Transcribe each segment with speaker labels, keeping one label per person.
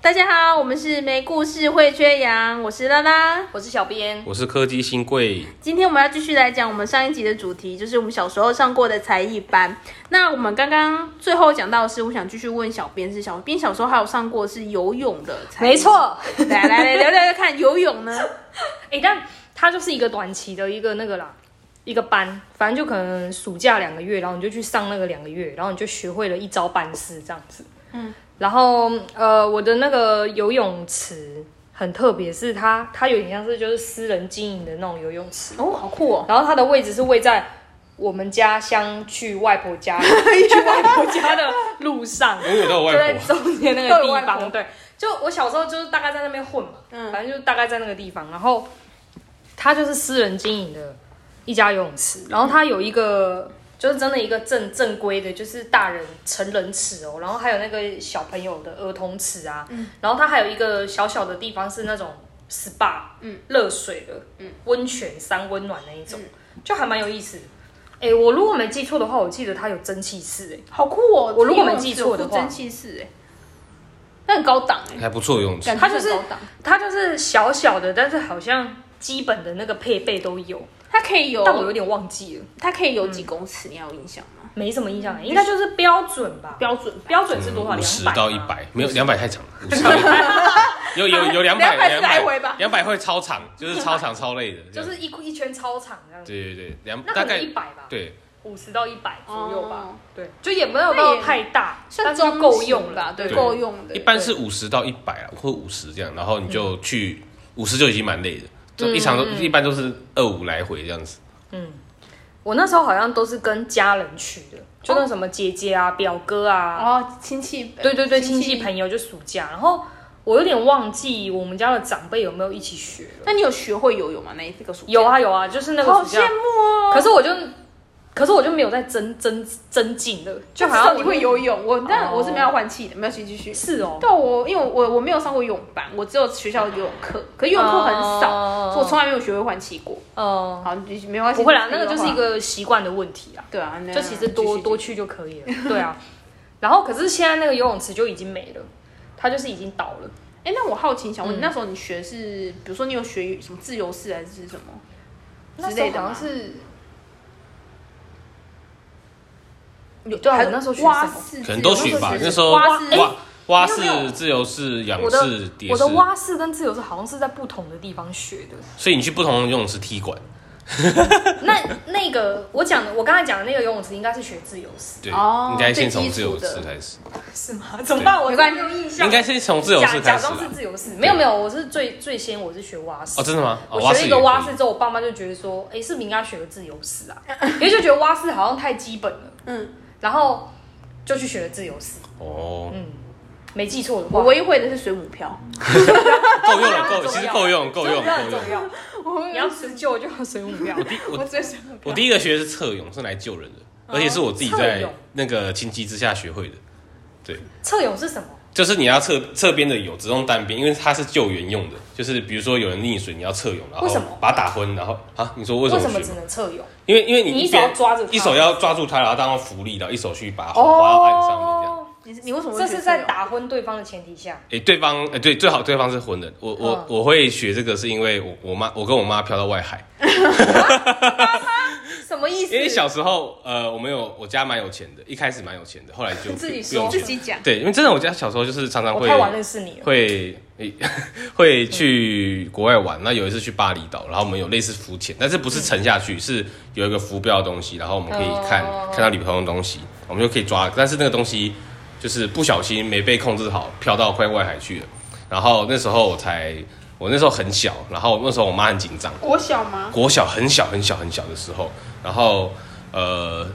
Speaker 1: 大家好，我们是没故事会缺氧，我是拉拉。
Speaker 2: 我是小编，
Speaker 3: 我是科技新贵，
Speaker 1: 今天我们要继续来讲我们上一集的主题，就是我们小时候上过的才艺班。那我们刚刚最后讲到的是，我想继续问小编，是小编小时候还有上过是游泳的才艺？
Speaker 2: 没错。
Speaker 1: 来来来聊聊看游泳呢。
Speaker 2: 哎、但它就是一个短期的一个那个啦，一个班，反正就可能暑假两个月，然后你就去上那个两个月，然后你就学会了一招半式这样子。嗯，然后呃，我的那个游泳池很特别，是它它有点像是就是私人经营的那种游泳池，
Speaker 1: 哦，好酷哦！
Speaker 2: 然后它的位置是位在。我们家乡去外婆 家，去外婆家的路上，
Speaker 3: 我有到
Speaker 2: 就在
Speaker 3: 外婆，
Speaker 2: 中间那个
Speaker 1: 对外
Speaker 2: 地
Speaker 1: 婆
Speaker 2: 方，对，就我小时候就是大概在那边混嘛，
Speaker 1: 嗯
Speaker 2: 反正就大概在那个地方，然后它就是私人经营的一家游泳池，然后它有一个就是真的一个正正规的，就是大人成人池哦，然后还有那个小朋友的儿童池啊，
Speaker 1: 嗯
Speaker 2: 然后它还有一个小小的地方是那种 SPA，嗯，热水的，嗯，温泉三温暖那一种，
Speaker 1: 嗯
Speaker 2: 就还蛮有意思的。哎、我如果没记错的话，我记得它有蒸汽室、哎，
Speaker 1: 好酷哦！
Speaker 2: 我如果没记错的
Speaker 1: 游泳池有
Speaker 2: 话
Speaker 1: 附蒸汽室哎，那很高档哎，
Speaker 3: 还不错游泳池
Speaker 1: 感，觉
Speaker 2: 它就是
Speaker 1: 很高档，
Speaker 2: 它就是小小的，但是好像基本的那个配备都有，
Speaker 1: 它可以
Speaker 2: 但我
Speaker 1: 游，
Speaker 2: 有嗯点忘记了，
Speaker 1: 它可以游几公尺？你还有印象吗？哦
Speaker 2: 没什么印象欸，应该就是标准吧？
Speaker 1: 标准吧
Speaker 2: 标准是多少？
Speaker 3: 五嗯十
Speaker 2: 200
Speaker 3: 到一
Speaker 2: 吗。
Speaker 3: 百，没有两百太长了，五十到一百，有有有两百，
Speaker 1: 200是来回吧
Speaker 3: 两百会超长，就是超长超累的，这
Speaker 2: 就是
Speaker 3: 样
Speaker 2: 一一圈操场这样子，
Speaker 3: 对对对，两
Speaker 2: 那
Speaker 3: 大
Speaker 2: 可
Speaker 3: 概
Speaker 2: 能一百吧，
Speaker 3: 对，
Speaker 2: 五十到一百左右吧
Speaker 1: 哦，
Speaker 2: 对，就也没有
Speaker 1: 那
Speaker 2: 到
Speaker 1: 也
Speaker 2: 太大，
Speaker 1: 算
Speaker 2: 但是
Speaker 1: 中
Speaker 2: 够
Speaker 1: 型
Speaker 2: 用
Speaker 1: 吧，
Speaker 2: 了，
Speaker 1: 对，
Speaker 3: 对
Speaker 1: 够用的。
Speaker 3: 一般是五十到一百啊，或五十这样，然后你就去五十就已经蛮累的，就一场都一般都是二五来回这样子，
Speaker 2: 我那时候好像都是跟家人去的，就那什么姐姐啊、表哥啊，
Speaker 1: 哦，亲戚
Speaker 2: 对对对，亲戚朋友就暑假，然后我有点忘记我们家的长辈有没有一起学了。
Speaker 1: 那你有学会游泳吗？那一个暑假
Speaker 2: 有，啊有啊，就是那个
Speaker 1: 好
Speaker 2: 暑
Speaker 1: 羡
Speaker 2: 假，
Speaker 1: 慕哦！
Speaker 2: 可是我就，可是我就没有在增增增进了，就好像
Speaker 1: 你会游泳，我但
Speaker 2: 哦
Speaker 1: 我是没有换气的，没有气继续。
Speaker 2: 是哦，
Speaker 1: 对，我因为我我没有上过泳班，我只有学校游泳课，可游泳课很少，
Speaker 2: 哦
Speaker 1: 所以我从来没有学会换气过。
Speaker 2: 嗯，
Speaker 1: 好，你没关系，
Speaker 2: 不会啦，那个
Speaker 1: 继
Speaker 2: 就
Speaker 1: 续
Speaker 2: 是一
Speaker 1: 游的话啊
Speaker 2: 个习惯的问题啊，
Speaker 1: 对啊，那
Speaker 2: 就其实多
Speaker 1: 继续
Speaker 2: 多去就可以了，对啊。然后可是现在那个游泳池就已经没了，它就是已经倒了。
Speaker 1: 哎、那我好奇想
Speaker 2: 嗯
Speaker 1: 问，你那时候你学是，比如说你有学什么自由式还是什么？
Speaker 2: 那
Speaker 1: 之
Speaker 2: 时候
Speaker 1: 类的
Speaker 2: 好
Speaker 1: 吗
Speaker 2: 像是
Speaker 1: 有
Speaker 2: 对啊
Speaker 1: 还
Speaker 2: 我那时候学
Speaker 1: 蛙
Speaker 2: 什么
Speaker 1: 式自由式，
Speaker 3: 可能都学吧，那时候
Speaker 1: 蛙
Speaker 3: 蛙
Speaker 1: 式，
Speaker 3: 蛙
Speaker 2: 你有没有
Speaker 3: 式、自由式、仰
Speaker 2: 我的
Speaker 3: 式、蝶
Speaker 2: 我
Speaker 3: 式
Speaker 2: 的，蛙式跟自由式好像是在不同的地方学的。
Speaker 3: 所以你去不同的游泳池踢馆，
Speaker 2: 那那个我讲的，我刚才讲的那个游泳池应该是学自由式，
Speaker 3: 对，
Speaker 1: 哦
Speaker 3: 应该先
Speaker 1: 最
Speaker 3: 从
Speaker 1: 基
Speaker 3: 自
Speaker 1: 础
Speaker 3: 由
Speaker 1: 的
Speaker 3: 式开始，
Speaker 2: 是
Speaker 1: 啊
Speaker 2: 吗？怎么办？我
Speaker 1: 没关系
Speaker 2: 没有印象。
Speaker 3: 应该先从自由
Speaker 2: 假
Speaker 3: 式
Speaker 2: 假
Speaker 3: 开始
Speaker 2: 装是
Speaker 3: 啦。
Speaker 2: 自由式，没有没有，我是最最先我是学蛙式。
Speaker 3: 哦，真的吗？哦
Speaker 2: 我学了一个
Speaker 3: 蛙
Speaker 2: 蛙
Speaker 3: 式也
Speaker 2: 式
Speaker 3: 可以
Speaker 2: 之后，我爸妈就觉得说，哎、是不是应该学个自由式啊？因为就觉得蛙式好像太基本了，
Speaker 1: 嗯，
Speaker 2: 然后就去学了自由式。
Speaker 3: 哦，
Speaker 2: 没记错的话，
Speaker 1: 我唯一会的是水母漂，
Speaker 3: 够用 了，够，
Speaker 2: 重要
Speaker 3: 其实够用，够用，
Speaker 2: 这
Speaker 3: 够
Speaker 2: 很
Speaker 3: 用。
Speaker 2: 重要。 你要持久就要水母料
Speaker 3: 我。第我
Speaker 1: 最水母
Speaker 3: 我第一个学的是侧泳，是来救人的，而且是我自己
Speaker 2: 侧
Speaker 3: 在
Speaker 2: 泳
Speaker 3: 那个情急之下学会的。对，
Speaker 2: 侧泳是什么？
Speaker 3: 就是你要侧侧边的泳，只用单边，因为它是救援用的。就是比如说有人溺水，你要侧泳，然后
Speaker 2: 为什么
Speaker 3: 把他打昏，然后啊，你说为什
Speaker 2: 为
Speaker 3: 么
Speaker 2: 什
Speaker 3: 学
Speaker 2: 么？只能侧泳？
Speaker 3: 因为因为
Speaker 2: 你
Speaker 3: 你
Speaker 2: 一
Speaker 3: 一
Speaker 2: 手
Speaker 3: 边
Speaker 2: 要抓着它哦
Speaker 3: 一手要抓住它，然后当浮力，然后一手去把它划到岸上面这样。
Speaker 1: 你你为什么会
Speaker 2: 这
Speaker 1: 学
Speaker 2: 是
Speaker 1: 自由
Speaker 2: 在？打昏对方的前提下。
Speaker 3: 诶，对方诶，对，最好对方是混的。我我、
Speaker 2: 嗯
Speaker 3: 我会学这个，是因为我我妈，我跟我妈漂到外海，
Speaker 2: 什么意思？
Speaker 3: 因为小时候呃，我们有我家蛮有钱的，一开始蛮有钱的，后来就
Speaker 2: 自己
Speaker 3: 不
Speaker 2: 说
Speaker 3: 用
Speaker 1: 自
Speaker 3: 钱
Speaker 1: 己讲，
Speaker 3: 对，因为真的我家小时候就是常常
Speaker 2: 我
Speaker 3: 会
Speaker 2: 太晚认识你了。
Speaker 3: 会诶 会去国外玩。啊那有一次去巴厘岛，然后我们有类似浮潜，但是不是沉下去，是有一个浮标的东西，然后我们可以看、
Speaker 2: 哦
Speaker 3: 看到里头的东西，我们就可以抓。但是那个东西就是不小心没被控制好，飘到快外海去了。然后那时候我才，我那时候很小，然后那时候我妈很紧张，
Speaker 1: 国小吗？
Speaker 3: 国小很小很小很小的时候，然后呃，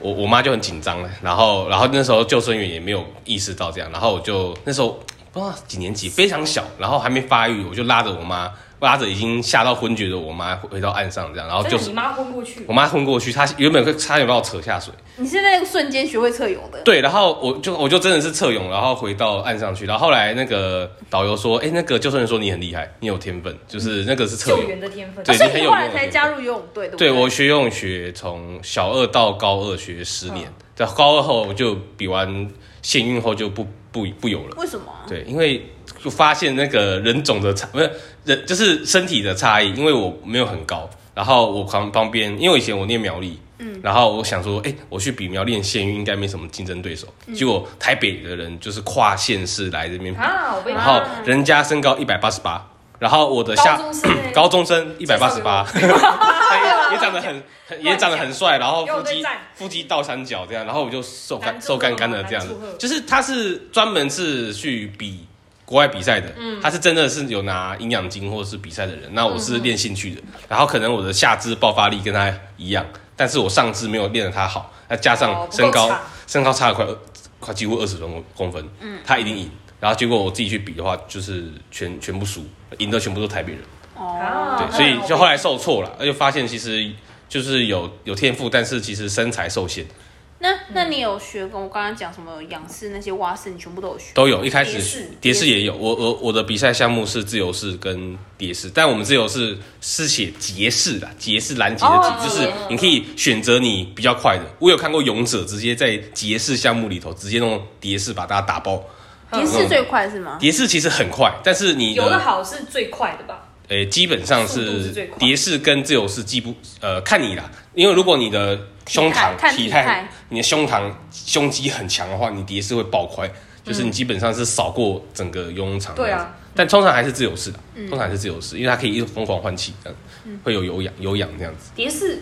Speaker 3: 我我妈就很紧张了，然后然后那时候救生员也没有意识到这样，然后我就那时候不知道几年级，非常小，然后还没发育，我就拉着我妈，拉着已经吓到昏厥的我妈回到岸上这样，然后
Speaker 2: 真
Speaker 3: 哦就
Speaker 2: 的
Speaker 3: 是
Speaker 2: 你妈昏过去
Speaker 3: 我，妈昏过去，她原本会差点把我扯下水，
Speaker 1: 你是在那个瞬间学会侧泳的，
Speaker 3: 对，然后我就我就真的是侧泳，然后回到岸上去，然后后来那个导游说，哎、那个救生员说你很厉害，你有天分，就是那个是侧
Speaker 2: 救
Speaker 3: 泳。
Speaker 2: 援的天分。
Speaker 3: 对
Speaker 1: 啊所以
Speaker 3: 你很
Speaker 1: 你
Speaker 3: 有
Speaker 1: 后来
Speaker 3: 用的
Speaker 1: 才加入游泳队，对不
Speaker 3: 对
Speaker 1: 对
Speaker 3: 我学游泳学从小二到高二学十年，在、高二后我就比完县运后就不不不游了。
Speaker 1: 为什么啊？
Speaker 3: 对，因为就发现那个人种的差，不是人就是身体的差异，因为我没有很高，然后我旁旁边，因为我以前我念苗栗，嗯，然后我想说，哎、我去比苗栗的县运应该没什么竞争对手，结果台北的人就是跨县市来这边比，
Speaker 2: 啊，我被
Speaker 3: 然后人家身高一百八十八，然后我的下
Speaker 2: 高中生欸
Speaker 3: 高中生一百八十八， 也长得 很很也长得很帅，然后
Speaker 2: 又
Speaker 3: 腹
Speaker 2: 在
Speaker 3: 肌
Speaker 2: 站
Speaker 3: 腹肌倒三角这样，然后我就瘦
Speaker 2: 男
Speaker 3: 干
Speaker 2: 祝
Speaker 3: 瘦干
Speaker 2: 贺
Speaker 3: 干的这样
Speaker 2: 男
Speaker 3: 子
Speaker 2: 祝贺，
Speaker 3: 就是他是专门是去比。国外比赛的，
Speaker 2: 嗯
Speaker 3: 他是真的是有拿营养金或者是比赛的人，那我是练兴趣的，
Speaker 2: 嗯
Speaker 3: 然后可能我的下肢爆发力跟他一样，但是我上肢没有练得他好，那加
Speaker 2: 哦
Speaker 3: 上
Speaker 2: 不够
Speaker 3: 身高、
Speaker 2: 长
Speaker 3: 身高差了快二快几乎二十公公分，嗯，他一定赢。然后结果我自己去比的话，就是全全部输，赢的全部都台北人，
Speaker 1: 哦
Speaker 2: 啊，
Speaker 3: 对，
Speaker 2: 那
Speaker 3: 所以
Speaker 2: 好
Speaker 3: 就后来受挫了，而且发现其实就是有有天赋，但是其实身材受限
Speaker 1: 那那你有学跟我刚刚讲什么仰视那些蛙式，你全部都有学？
Speaker 3: 都有。一开
Speaker 2: 蝶式
Speaker 3: 始蝶式也有，我我我的比赛项目是自由式跟蝶式，但我们自由式是写节式啦，节是拦截的
Speaker 1: 哦
Speaker 3: 节，就
Speaker 1: 节
Speaker 3: 是你可以选择你比较快的。我有看过勇者直接在节式项目里头直接弄蝶式把大家打爆，
Speaker 2: 嗯
Speaker 1: 蝶式最快是吗？
Speaker 3: 蝶式其实很快，但是嗯你
Speaker 2: 游的好是最快的吧？
Speaker 3: 诶、呃基本上
Speaker 2: 速度
Speaker 3: 是
Speaker 2: 是最快
Speaker 3: 蝶式跟自由式基不呃看你啦，因为如果你的胸
Speaker 1: 体态
Speaker 3: 膛
Speaker 1: 看体态
Speaker 3: 很你的胸膛胸肌很强的话，你蝶式会爆快，就是你基本上是扫过整个游泳场。
Speaker 2: 对啊，
Speaker 3: 但通常还是自由式啦，通常还是自由式，因为它可以一直疯狂换气，这样会有有氧有氧这样子，
Speaker 2: 蝶式，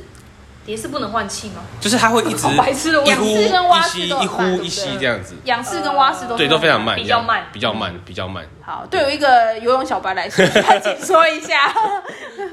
Speaker 2: 蝶式不能换气吗？
Speaker 3: 就是它会一直
Speaker 2: 好白痴的问
Speaker 3: 一
Speaker 2: 题
Speaker 3: 呼
Speaker 1: 仰视跟蛙
Speaker 3: 一
Speaker 1: 式
Speaker 3: 吸
Speaker 1: 都很慢对
Speaker 3: 一呼
Speaker 1: 不对
Speaker 3: 一吸这样子，
Speaker 1: 仰视跟蛙式都
Speaker 3: 呃对，都非常慢，
Speaker 2: 比较慢
Speaker 3: 这样比较慢，比较慢。
Speaker 1: 好。对于一个游泳小白来说，他请说一下。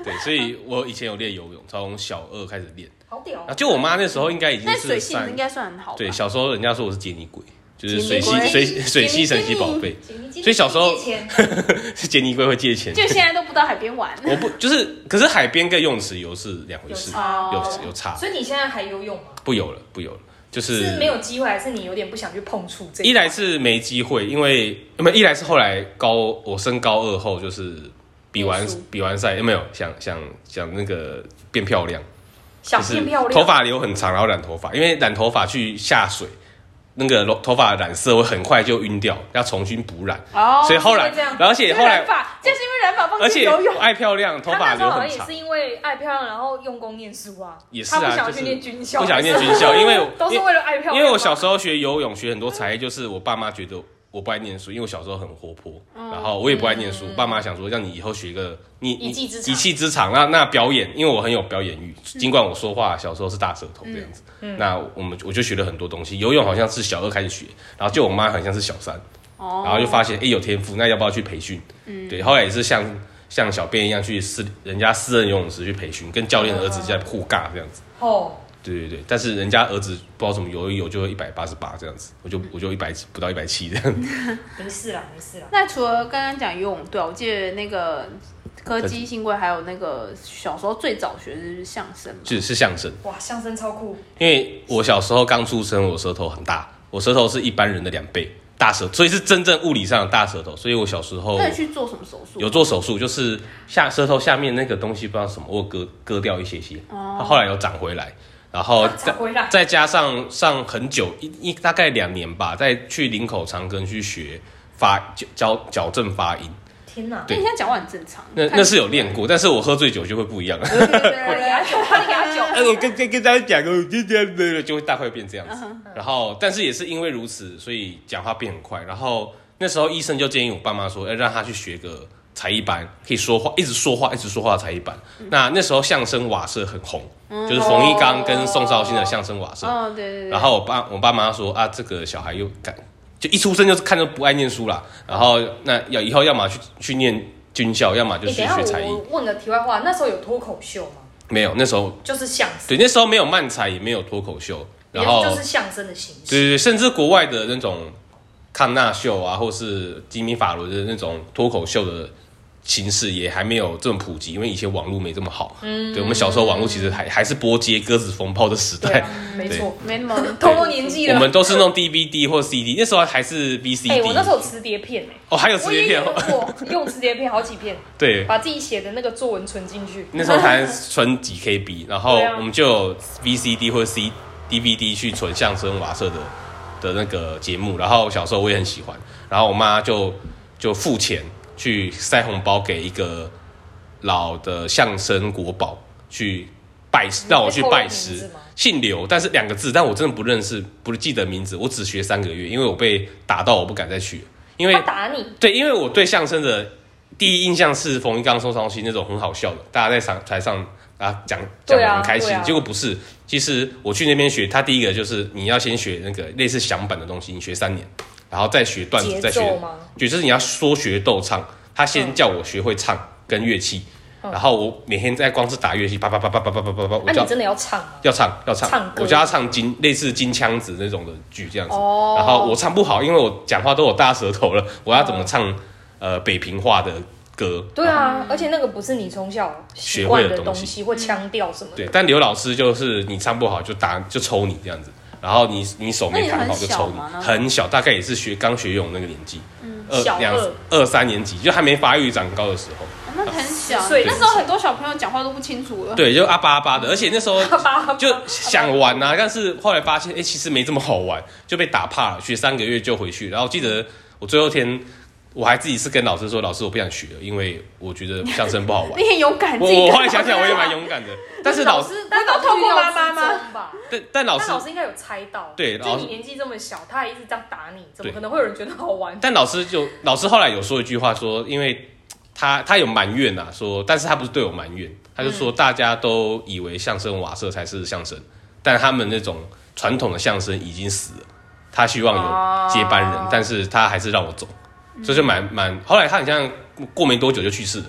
Speaker 3: 对，所以我以前有练游泳，从小二开始练，
Speaker 2: 好屌哦
Speaker 3: 啊，！就我妈那时候应该已经
Speaker 1: 那
Speaker 3: 是
Speaker 1: 水性
Speaker 3: 三
Speaker 1: 应该算很好吧？
Speaker 3: 对，小时候人家说我是杰尼龟，就是
Speaker 1: 杰
Speaker 3: 水
Speaker 1: 尼
Speaker 3: 系
Speaker 1: 龟
Speaker 3: 水水系神奇宝贝，所以小时候
Speaker 2: 借钱
Speaker 3: 是杰尼龟会借钱。
Speaker 1: 就现在都不知道海边玩。
Speaker 3: 我不就是，可是海边跟游泳池游是两回
Speaker 2: 有
Speaker 3: 事，
Speaker 1: 哦
Speaker 2: 差，
Speaker 3: 有有差，
Speaker 2: 所以你现在还游泳吗？
Speaker 3: 不游了，不游了，就是
Speaker 2: 是没有机会，还是你有点不想去碰触这
Speaker 3: 一
Speaker 2: 块
Speaker 3: 来是没机会，因为没有一来是后来高我升高二后就是比完
Speaker 1: 念书
Speaker 3: 比完赛没有想想想那个变漂亮，
Speaker 2: 想
Speaker 3: 就是
Speaker 2: 变漂亮，
Speaker 3: 头发留很长，然后染头发，因为染头发去下水，那个头发染色会很快就晕掉，要重新补染。
Speaker 1: 哦
Speaker 3: 所以后来
Speaker 2: 因为这样，
Speaker 3: 然后而且
Speaker 1: 因
Speaker 3: 后
Speaker 1: 为染
Speaker 3: 来，
Speaker 1: 发，就是因为染发放
Speaker 3: 而
Speaker 1: 弃
Speaker 3: 且
Speaker 1: 游泳
Speaker 3: 我。爱漂亮，头
Speaker 2: 他
Speaker 3: 发
Speaker 2: 那时候
Speaker 3: 留
Speaker 2: 好像
Speaker 3: 很
Speaker 2: 也
Speaker 3: 长
Speaker 2: 是，因为爱漂亮，然后用功念书啊，
Speaker 3: 也是
Speaker 2: 他
Speaker 3: 啊，
Speaker 2: 不想要
Speaker 3: 就
Speaker 2: 去
Speaker 3: 是
Speaker 2: 念军校，
Speaker 3: 不想念军校，因为我
Speaker 2: 都是
Speaker 3: 因
Speaker 2: 为了爱漂亮。
Speaker 3: 因为我小时候学游泳，学很多才艺，就是我爸妈觉得我不爱念书，因为我小时候很活泼，
Speaker 2: 哦
Speaker 3: 然后我也不爱念书，爸妈想说让你以后学一个你你
Speaker 2: 一嗯技之长
Speaker 3: 一技之长，那那表演，因为我很有表演欲，尽管我说话小时候是大舌头这样子，
Speaker 2: 嗯
Speaker 3: 那我们我就学了很多东西，游泳好像是小二开始学，然后就我妈很像是小三，
Speaker 1: 哦嗯
Speaker 3: 然后就发现哎、诶有天赋，那要不要去培训？对，后来也是像像小便一样去私人家私人游泳池去培训，跟教练的儿子在互尬这样子。
Speaker 2: 哦，
Speaker 3: 对对对，但是人家儿子不知道怎么游一游就一百八十八这样子，我
Speaker 1: 嗯
Speaker 3: 就我就一百不到一百七这样。
Speaker 2: 没事啦，没事啦。
Speaker 1: 那除了刚刚讲游泳，对啊、我记得那个柯基新贵，还有那个小时候最早学的就是相声嘛。
Speaker 3: 就是相声，
Speaker 2: 哇，相声超酷，
Speaker 3: 因为我小时候刚出生，我舌头很大，我舌头是一般人的两倍大舌，所以是真正物理上的大舌头，所以我小时候
Speaker 1: 那你去做什么手术？
Speaker 3: 哦
Speaker 1: 哎
Speaker 3: 有做手术，就是下舌头下面那个东西不知道什么，我有割割掉一些些，
Speaker 1: 哦
Speaker 3: 它后来有长回来，然后
Speaker 2: 啊
Speaker 3: 再
Speaker 2: 长回来
Speaker 3: 再加上上很久一一大概两年吧，再去林口长庚去学发矫矫正发音，
Speaker 2: 天 哪！
Speaker 1: 那你现在讲话很正常。
Speaker 3: 那
Speaker 1: 看
Speaker 3: 那是有练过，但是我喝醉酒就会不一样。
Speaker 1: 对对对对
Speaker 2: 我给他
Speaker 1: 对
Speaker 2: 酒，他给他酒。
Speaker 3: 哎，我跟跟跟大家讲哦，今天没有就会大概会变这样子。然后，但是也是因为如此，所以讲话变很快。然后那时候医生就建议我爸妈说，哎，让他去学个才艺班，可以说话，一直说话，一直说话的才艺班。那那时候相声瓦舍很红，就是冯一刚跟宋绍兴的相声瓦舍。
Speaker 1: 哦对对对。
Speaker 3: 然后我爸我爸妈说啊，这个小孩又敢，就一出生就是看着不爱念书啦。然后那要以后要么去去念军校，要么就
Speaker 2: 你
Speaker 3: 去
Speaker 2: 哎等一下
Speaker 3: 学才艺
Speaker 2: 我。问个题外话，那时候有脱口秀吗？
Speaker 3: 没有，那时候
Speaker 2: 就是相声，
Speaker 3: 对，那时候没有漫才，也没有脱口秀，然后
Speaker 2: 就是相声的形
Speaker 3: 对
Speaker 2: 式。
Speaker 3: 对对，甚至国外的那种康纳秀啊，或是吉米法伦的那种脱口秀的形式，也还没有这么普及，因为以前网络没这么好。嗯，对我们小时候网络其实还还是波接鸽子风炮的时
Speaker 2: 对
Speaker 3: 代
Speaker 2: 啊，，没错，
Speaker 1: 没那 么
Speaker 2: 透露年纪
Speaker 3: 我
Speaker 2: 了
Speaker 3: 们。都是弄 DVD 或 CD，那时候还是
Speaker 2: 哎，我那时
Speaker 3: VCD。
Speaker 2: 候有磁碟片哎，
Speaker 3: 哦，还有磁
Speaker 2: 我
Speaker 3: 碟
Speaker 2: 也
Speaker 3: 片
Speaker 2: 有
Speaker 3: 哦，
Speaker 2: 过，用磁碟片好几片，
Speaker 3: 对，
Speaker 2: 把自己写的那个作文存进去。
Speaker 3: 那时候才存几 KB，然后
Speaker 2: 对啊
Speaker 3: 我们就有 VCD 或 C DVD 去存相声瓦舍的的那个节目，然后小时候我也很喜欢，然后我妈就就付钱去塞红包给一个老的相声国宝去拜师，让我去拜
Speaker 2: 你会透露
Speaker 3: 师
Speaker 2: 名字吗，
Speaker 3: 姓刘，但是两个字，但我真的不认识，不记得名字，我只学三个月，因为我被打到我不敢再去了，因为
Speaker 2: 他打你，
Speaker 3: 对，因为我对相声的第一印象是冯一刚、宋少卿那种很好笑的，大家在上台上啊讲
Speaker 2: 对
Speaker 3: 讲的
Speaker 2: 啊
Speaker 3: 很开心、
Speaker 2: 对啊
Speaker 3: 结果不是，其实我去那边学，他第一个就是你要先学那个类似响板的东西，你学三年，然后再学段子，
Speaker 2: 节
Speaker 3: 再
Speaker 2: 奏嗯
Speaker 3: 学
Speaker 2: 吗，
Speaker 3: 就是你要说学逗唱。他先叫我学会唱跟乐器，然后我每天在光是打乐器，叭叭叭叭叭叭叭叭叭，我
Speaker 2: 那、嗯
Speaker 3: 叫
Speaker 2: 啊你真的要唱吗？
Speaker 3: 要唱要唱，
Speaker 2: 唱歌
Speaker 3: 我叫他唱金类似金腔子那种的剧这样子。
Speaker 2: 哦
Speaker 3: 然后我唱不好，因为我讲话都有大舌
Speaker 1: 嗯
Speaker 3: 头了，我要怎么唱、呃北平话的歌？
Speaker 2: 对啊，而且那个不是你从小习
Speaker 3: 学
Speaker 2: 惯
Speaker 3: 会
Speaker 2: 的
Speaker 3: 的
Speaker 2: 东
Speaker 3: 东西
Speaker 2: 西，或腔调什么的。
Speaker 3: 对，但刘老师就是你唱不好就打就抽你这样子，然后你你手没弹好就抽
Speaker 1: 那你很小吗那时候嗯
Speaker 3: 你，很小，大概也是学刚学泳那个年纪，
Speaker 2: 小
Speaker 3: 二两
Speaker 2: 二
Speaker 3: 二三年级就还没发育长高的时候，
Speaker 1: 哦那很小
Speaker 2: 十，岁
Speaker 1: 那时候很多小朋友讲话都不清楚了。
Speaker 3: 对，就啊阿巴阿巴的，而且那时
Speaker 1: 啊
Speaker 3: 候
Speaker 2: 巴巴
Speaker 3: 就想玩啊，但是后来发现，哎、其实没这么好玩，就被打怕了，学三个月就回去。然后记得我最后天，我还自己是跟老师说，老师我不想学了，因为我觉得相声不好玩
Speaker 1: 你。很勇敢，
Speaker 3: 我
Speaker 1: 自己
Speaker 3: 我
Speaker 1: 跟
Speaker 3: 后来想想，我也蛮勇敢的，但是老师，
Speaker 1: 师，
Speaker 2: 但
Speaker 1: 那都透过妈妈
Speaker 2: 老师
Speaker 1: 吗？
Speaker 2: 中吧？
Speaker 3: 但但老
Speaker 2: 但
Speaker 3: 师，
Speaker 2: 老师应该有猜到，
Speaker 3: 对
Speaker 2: 就
Speaker 3: 老
Speaker 2: 你
Speaker 3: 师
Speaker 2: 年纪这么小，他还一直这样打你，怎么
Speaker 3: 对
Speaker 2: 可能会有人觉得好玩？
Speaker 3: 但老师就老师后来有说一句话说，因为他他有埋怨呐、啊，说，但是他不是对我埋怨，他就
Speaker 2: 嗯
Speaker 3: 说大家都以为相声瓦舍才是相声，但他们那种传统的相声已经死了，他希望有接班人，
Speaker 2: 哦嗯
Speaker 3: 但是他还是让我走，所以就蛮蛮，后来他好像过没多久就去世了，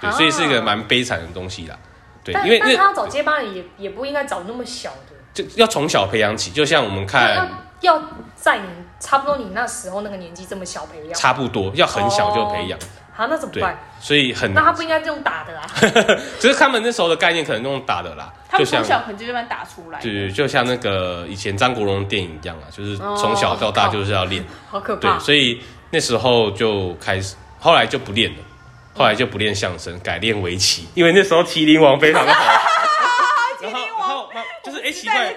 Speaker 3: 对，
Speaker 2: 啊
Speaker 3: 所以是一个蛮悲惨的东西啦，对，
Speaker 2: 但
Speaker 3: 因为因
Speaker 2: 但
Speaker 3: 为
Speaker 2: 他要找接班人也也不应该找那么小的，
Speaker 3: 就要从小培养起，就像我们
Speaker 2: 要
Speaker 3: 看。
Speaker 2: 要在你差不多你那时候那个年纪这么小培养，
Speaker 3: 差不多要很小就培养，
Speaker 2: 啊那怎么
Speaker 3: 对
Speaker 2: 办？，
Speaker 3: 所以很
Speaker 2: 那他
Speaker 3: 难。
Speaker 2: 不应该这种打的啊啦，
Speaker 3: 只是他们那时候的概念可能那种打的啦，
Speaker 1: 他
Speaker 3: 就
Speaker 1: 们
Speaker 3: 像
Speaker 1: 从小可能就被慢慢打出来。
Speaker 3: 对，就像那个以前张国荣的电影一样啊，就是从小到
Speaker 1: 哦
Speaker 3: 大就是要练，
Speaker 2: 好可怕
Speaker 3: 对，。所以那时候就开始，后来就不练了，后来就不练相声，改练围棋，因为那时候麒麟王非常的好。 然后，然后就是哎、奇怪，
Speaker 1: 对，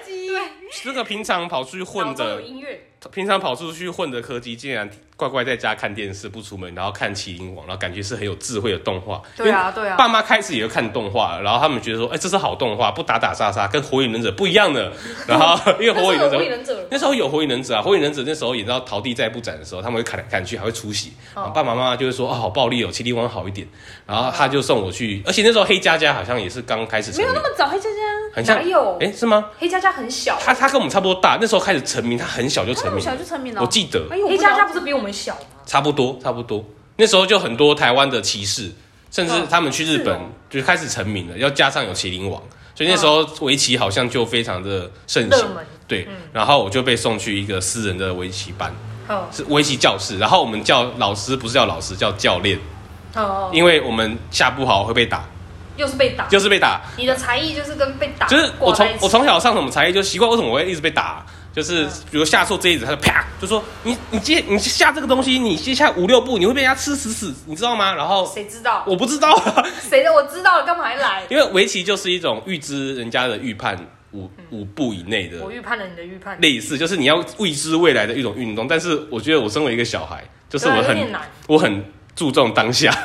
Speaker 3: 这个平常跑出去混
Speaker 2: 脑中有
Speaker 3: 的，
Speaker 2: 音乐，
Speaker 3: 平常跑出去混的柯基，竟然乖乖在家看电视不出门，然后看麒麟王，然后感觉是很有智慧的动画。
Speaker 2: 对啊对啊
Speaker 3: 爸妈开始也会看动画了，然后他们觉得说，哎、这是好动画，不打打杀杀，跟火影忍者不一样的。然后因为
Speaker 2: 那
Speaker 3: 火
Speaker 2: 是
Speaker 3: 影
Speaker 2: 有
Speaker 3: 忍
Speaker 2: 火影
Speaker 3: 者。
Speaker 2: 忍者
Speaker 3: 那时候有火影忍者啊，火影忍者那时候演到陶地在布展的时候，他们会砍来砍去，还会出血。
Speaker 2: 哦
Speaker 3: 然后爸爸妈妈就会说：“哦，好暴力哦，麒麟王好一点。”然后他就送我去，而且那时候黑佳佳好像也是刚开始成
Speaker 1: 没
Speaker 3: 名
Speaker 1: 有，那么早，黑佳佳，
Speaker 3: 很像
Speaker 2: 哪有
Speaker 3: 哎、是吗？
Speaker 2: 黑佳佳很小，啊
Speaker 3: 他他跟我们差不多大，那时候开始成名，他很小就
Speaker 1: 他那
Speaker 3: 成
Speaker 1: 么
Speaker 3: 名
Speaker 1: 小
Speaker 3: 了，
Speaker 1: 就成名了。
Speaker 3: 我记得。
Speaker 1: 哎呦，
Speaker 2: 黑佳佳不
Speaker 1: 是
Speaker 2: 是比我们小吗？
Speaker 3: 差不多，差不多。那时候就很多台湾的骑士，甚至
Speaker 2: 嗯
Speaker 3: 他们去日本
Speaker 2: 是哦嗯
Speaker 3: 就开始成名了，要加上有麒麟王，所以那时候围棋好像就非常的盛
Speaker 2: 热
Speaker 3: 行
Speaker 2: 门。嗯
Speaker 3: 对，然后我就被送去一个私人的围棋班，
Speaker 2: 哦
Speaker 3: 是围棋教室。然后我们叫老师不是叫老师，叫教练，
Speaker 2: 哦哦，
Speaker 3: 因为我们下不好会被打，
Speaker 2: 又是被打，
Speaker 3: 就是被打。
Speaker 2: 你的才艺就是跟被打
Speaker 3: 就是我
Speaker 2: 挂
Speaker 3: 从
Speaker 2: 在一起嗯
Speaker 3: 我从小上什么才艺就习惯，为什么我会一直被打、就是比如下错这一子，他就啪就说你你接你下这个东西，你接下五六步你会被人家吃死死，你知道吗？然后
Speaker 2: 谁知道
Speaker 3: 我不知道啊，
Speaker 2: 谁的我知道了，干嘛还来？
Speaker 3: 因为围棋就是一种预知人家的预判五五步以内的
Speaker 2: 嗯我预判了你的预判，
Speaker 3: 类似，就是你要预知未来的一种运动。但是我觉得我身为一个小孩，就是
Speaker 2: 对啊
Speaker 3: 我
Speaker 2: 有
Speaker 3: 很
Speaker 2: 点难
Speaker 3: 我很注重 当下，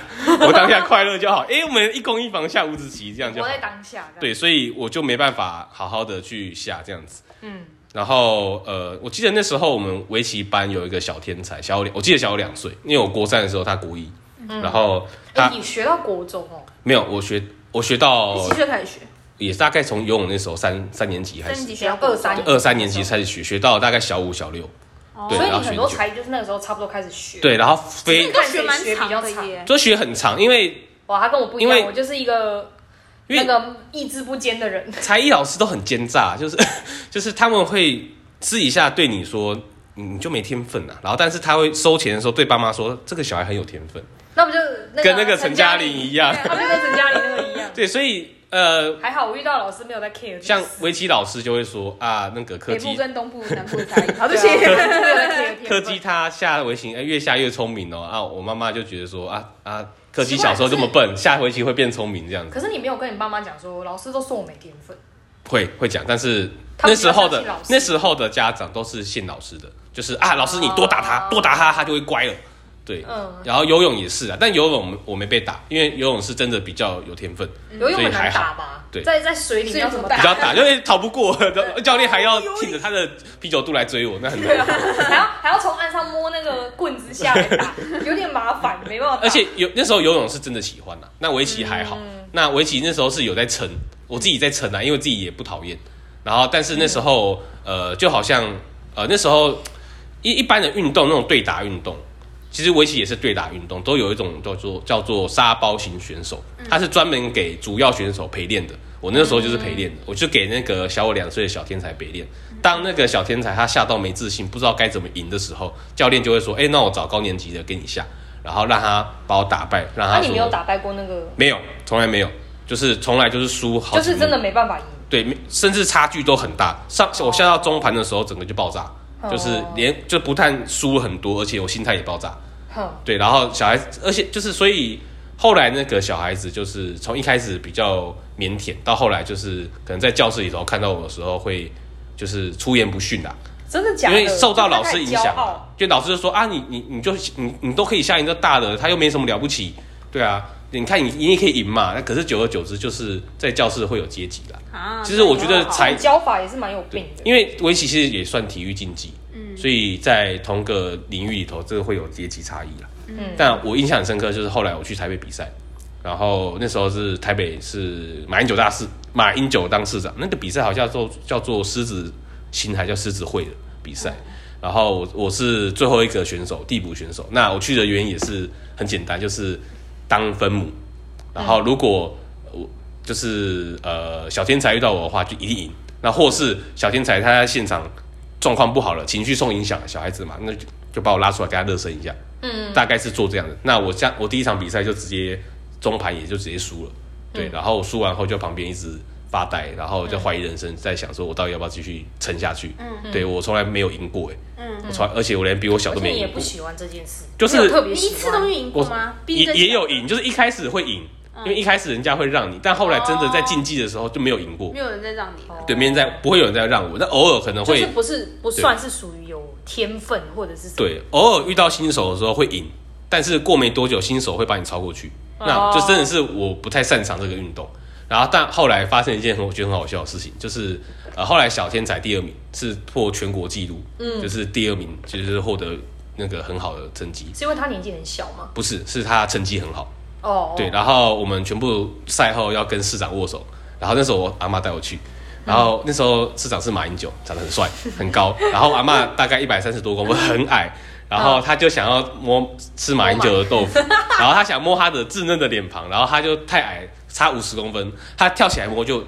Speaker 3: 我当下快乐就好。哎、我们一攻一防下五子棋这样就
Speaker 2: 活
Speaker 3: 好
Speaker 2: 在。当下。这样，
Speaker 3: 对，所以我就没办法好好的去下这样子。
Speaker 2: 嗯，
Speaker 3: 然后呃，我记得那时候我们围棋班有一个小天才，小我两，我记得小我两岁，因为我国三的时候他国一，然后
Speaker 2: 哎、
Speaker 3: 他
Speaker 2: 你学到国中哦，
Speaker 3: 没有我学我学到
Speaker 1: 几岁开始学？
Speaker 3: 也是大概从游泳那时候三三年级开
Speaker 1: 三年
Speaker 3: 始，
Speaker 1: 级学到
Speaker 2: 二三
Speaker 1: 年，
Speaker 3: 二三年级开始学，学到大概小五小六，
Speaker 1: 哦
Speaker 3: 对，啊
Speaker 2: 所以
Speaker 3: 然
Speaker 2: 你
Speaker 3: 后学
Speaker 2: 很多
Speaker 3: 久
Speaker 2: 才艺就是那个时候差不多开始学。，
Speaker 3: 对，然后
Speaker 1: 你
Speaker 3: 非
Speaker 1: 都学蛮长的
Speaker 2: 啊
Speaker 1: 耶。
Speaker 3: 就学很长，因为
Speaker 2: 哇，他跟我不一
Speaker 3: 因
Speaker 2: 样，
Speaker 3: 为
Speaker 2: 我就是一个
Speaker 3: 因为
Speaker 2: 那个意志不坚的人。
Speaker 3: 才艺老师都很奸诈， 就是就是他们会私底下对你说。你你就没天分啊，然后但是他会收钱的时候对爸妈说这个小孩很有天分，
Speaker 2: 那不就那个
Speaker 3: 跟那个陈嘉
Speaker 2: 玲
Speaker 3: 玲一样。
Speaker 2: 对他就跟陈嘉玲那个一样
Speaker 3: 对，所以呃，
Speaker 2: 还好我遇到老师没有在 care，
Speaker 3: 像
Speaker 2: 这
Speaker 3: 围棋老师就会说啊，那个柯
Speaker 1: 北部
Speaker 3: 基
Speaker 1: 跟东部、南部的差异。好，对
Speaker 2: 个
Speaker 1: 不
Speaker 2: 事对
Speaker 1: 起。
Speaker 2: 啊没有在 care 天分
Speaker 3: 柯基他下围棋，哎、越下越聪明哦。啊，我妈妈就觉得说啊啊，柯基
Speaker 2: 奇怪
Speaker 3: 小时候这么
Speaker 2: 是
Speaker 3: 笨，下围棋会变聪明这样子。
Speaker 2: 可是你没有跟你爸妈讲说，老师都说我没天分，
Speaker 3: 会会讲，但是
Speaker 2: 他
Speaker 3: 那
Speaker 2: 们比
Speaker 3: 时
Speaker 2: 较
Speaker 3: 候
Speaker 2: 相信
Speaker 3: 的
Speaker 2: 老师
Speaker 3: 那时候的家长都是信老师的，就是啊，老师你多打他，
Speaker 2: 哦
Speaker 3: 多打他，他就会乖了。对，
Speaker 2: 嗯
Speaker 3: 然后游泳也是啊，但游泳我没被打，因为游泳是真的比较有天分，
Speaker 2: 游泳
Speaker 3: 嗯所以
Speaker 2: 很
Speaker 3: 还
Speaker 2: 难
Speaker 3: 好
Speaker 2: 打。吧？
Speaker 3: 对
Speaker 2: 在在水里
Speaker 1: 所以
Speaker 2: 要
Speaker 1: 怎
Speaker 2: 怎
Speaker 1: 么
Speaker 2: 么
Speaker 1: 打
Speaker 3: 比
Speaker 2: 打？
Speaker 3: 较打，因为逃不过， 然后教练还要
Speaker 1: 游泳
Speaker 3: 挺着他的啤酒肚来追我，那很
Speaker 2: 对
Speaker 3: 难
Speaker 2: 啊。，还要还要从岸上摸那个棍子下来打，有点麻烦，没办法打。
Speaker 3: 而且游那时候游泳是真的喜欢呐、啊那围棋还好，
Speaker 2: 嗯
Speaker 3: 那围棋那时候是有在撑，我自己在撑啊，因为自己也不讨厌。然后，但是那时候、呃，就好像呃那时候一一般的运动那种对打运动，其实围棋也是对打运动，都有一种叫做叫做沙包型选手，
Speaker 2: 嗯
Speaker 3: 他是专门给主要选手陪练的。我那时候就是陪练的，
Speaker 2: 嗯
Speaker 3: 我就给那个小我两岁的小天才陪练。当那个小天才他下到没自信，不知道该怎么赢的时候，教练就会说：“哎、那我找高年级的给你下，然后让他把我打败，让
Speaker 2: 那、啊
Speaker 3: 他
Speaker 2: 你
Speaker 3: 说
Speaker 2: 没有打败过那个，
Speaker 3: 没有，从来没有，就是从来就是输好
Speaker 2: 就
Speaker 3: 几
Speaker 2: 是真的
Speaker 3: 路
Speaker 2: 没办法赢。
Speaker 3: 对，甚至差距都很大。上我下到中盘的时候，整个就爆炸，
Speaker 2: 哦
Speaker 3: 就是连就不但输了很多，而且我心态也爆炸。
Speaker 2: 哼，
Speaker 3: 对，然后小孩，而且就是所以后来那个小孩子就是从一开始比较腼腆，到后来就是可能在教室里头看到我的时候会就是出言不逊啦、啊
Speaker 2: 真的假
Speaker 3: 因
Speaker 2: 的？
Speaker 3: 为受到老师影
Speaker 2: 就
Speaker 3: 响
Speaker 2: 是他太骄傲，
Speaker 3: 就老师就说啊，你你你就你你都可以下赢这大的，他又没什么了不起，对啊，你看你你也可以赢嘛。那可是久而久之就是在教室会有阶级啦。
Speaker 1: 啊
Speaker 3: 其实我觉得才
Speaker 2: 这种教法也是蛮有病的。嗯
Speaker 3: 因为围棋其实也算体育竞技，所以在同个领域里头，这个会有阶级差异啦。
Speaker 2: 嗯
Speaker 3: 但我印象很深刻，就是后来我去台北比赛，然后那时候是台北是马英九大市，马英九当市长，那个比赛好像叫做叫做狮子心还叫狮子会的比赛。
Speaker 2: 嗯
Speaker 3: 然后我我是最后一个选手，替补选手。那我去的原因也是很简单，就是当分母。然后如果我就是呃小天才遇到我的话，就一定赢。那或是小天才他在现场状况不好了，情绪受影响，小孩子嘛，那就就把我拉出来给他热身一下。嗯，大概是做这样的。那我像我第一场比赛就直接中盘也就直接输了，对，然后输完后就旁边一直发呆，然后就怀疑人生，在想说我到底要不要继续撑下去？嗯，对我从来没有赢过哎、嗯，我从来而且我连比我小
Speaker 2: 而
Speaker 3: 都
Speaker 2: 且
Speaker 3: 没
Speaker 2: 你也
Speaker 3: 赢
Speaker 2: 不
Speaker 3: 过，
Speaker 2: 喜欢这件事，
Speaker 3: 就是
Speaker 2: 没有特别
Speaker 1: 你
Speaker 2: 喜
Speaker 1: 一
Speaker 2: 欢
Speaker 1: 次都没有赢过
Speaker 3: 我
Speaker 1: 吗？毕
Speaker 3: 也
Speaker 1: 竟在嗯
Speaker 3: 也有赢，就是一开始会赢，因为一开始人家会让你，但后来真的
Speaker 1: 哦
Speaker 3: 在竞技的时候就没有赢过
Speaker 1: 没，有人在让你
Speaker 2: 哦
Speaker 1: 了
Speaker 3: 对，没人在不会有人在让我，但偶尔可能
Speaker 2: 就
Speaker 3: 会
Speaker 2: 是不是不算是属于有天分或者是什么
Speaker 3: 对，偶尔遇到新手的时候会赢，但是过没多久，新手会把你超过去，那就真的是我不太擅长这个运动。然后，但后来发生一件很我觉得很好笑的事情，就是呃，后来小天才第二名是破全国纪录，嗯，就是第二名，就是获得那个很好的成绩。
Speaker 2: 是因为他年纪很小嘛。
Speaker 3: 不是，是他成绩很好，
Speaker 2: 哦，
Speaker 3: 对。然后我们全部赛后要跟市长握手，然后那时候我阿妈带我去，然后那时候市长是马英九，长得很帅 很高，然后阿妈大概一百三十多公分，很矮，然后他就想要摸吃马英九的豆 腐，然后他想摸他的稚嫩的脸庞，然后他就太矮，差五十公分，他跳起来摸就，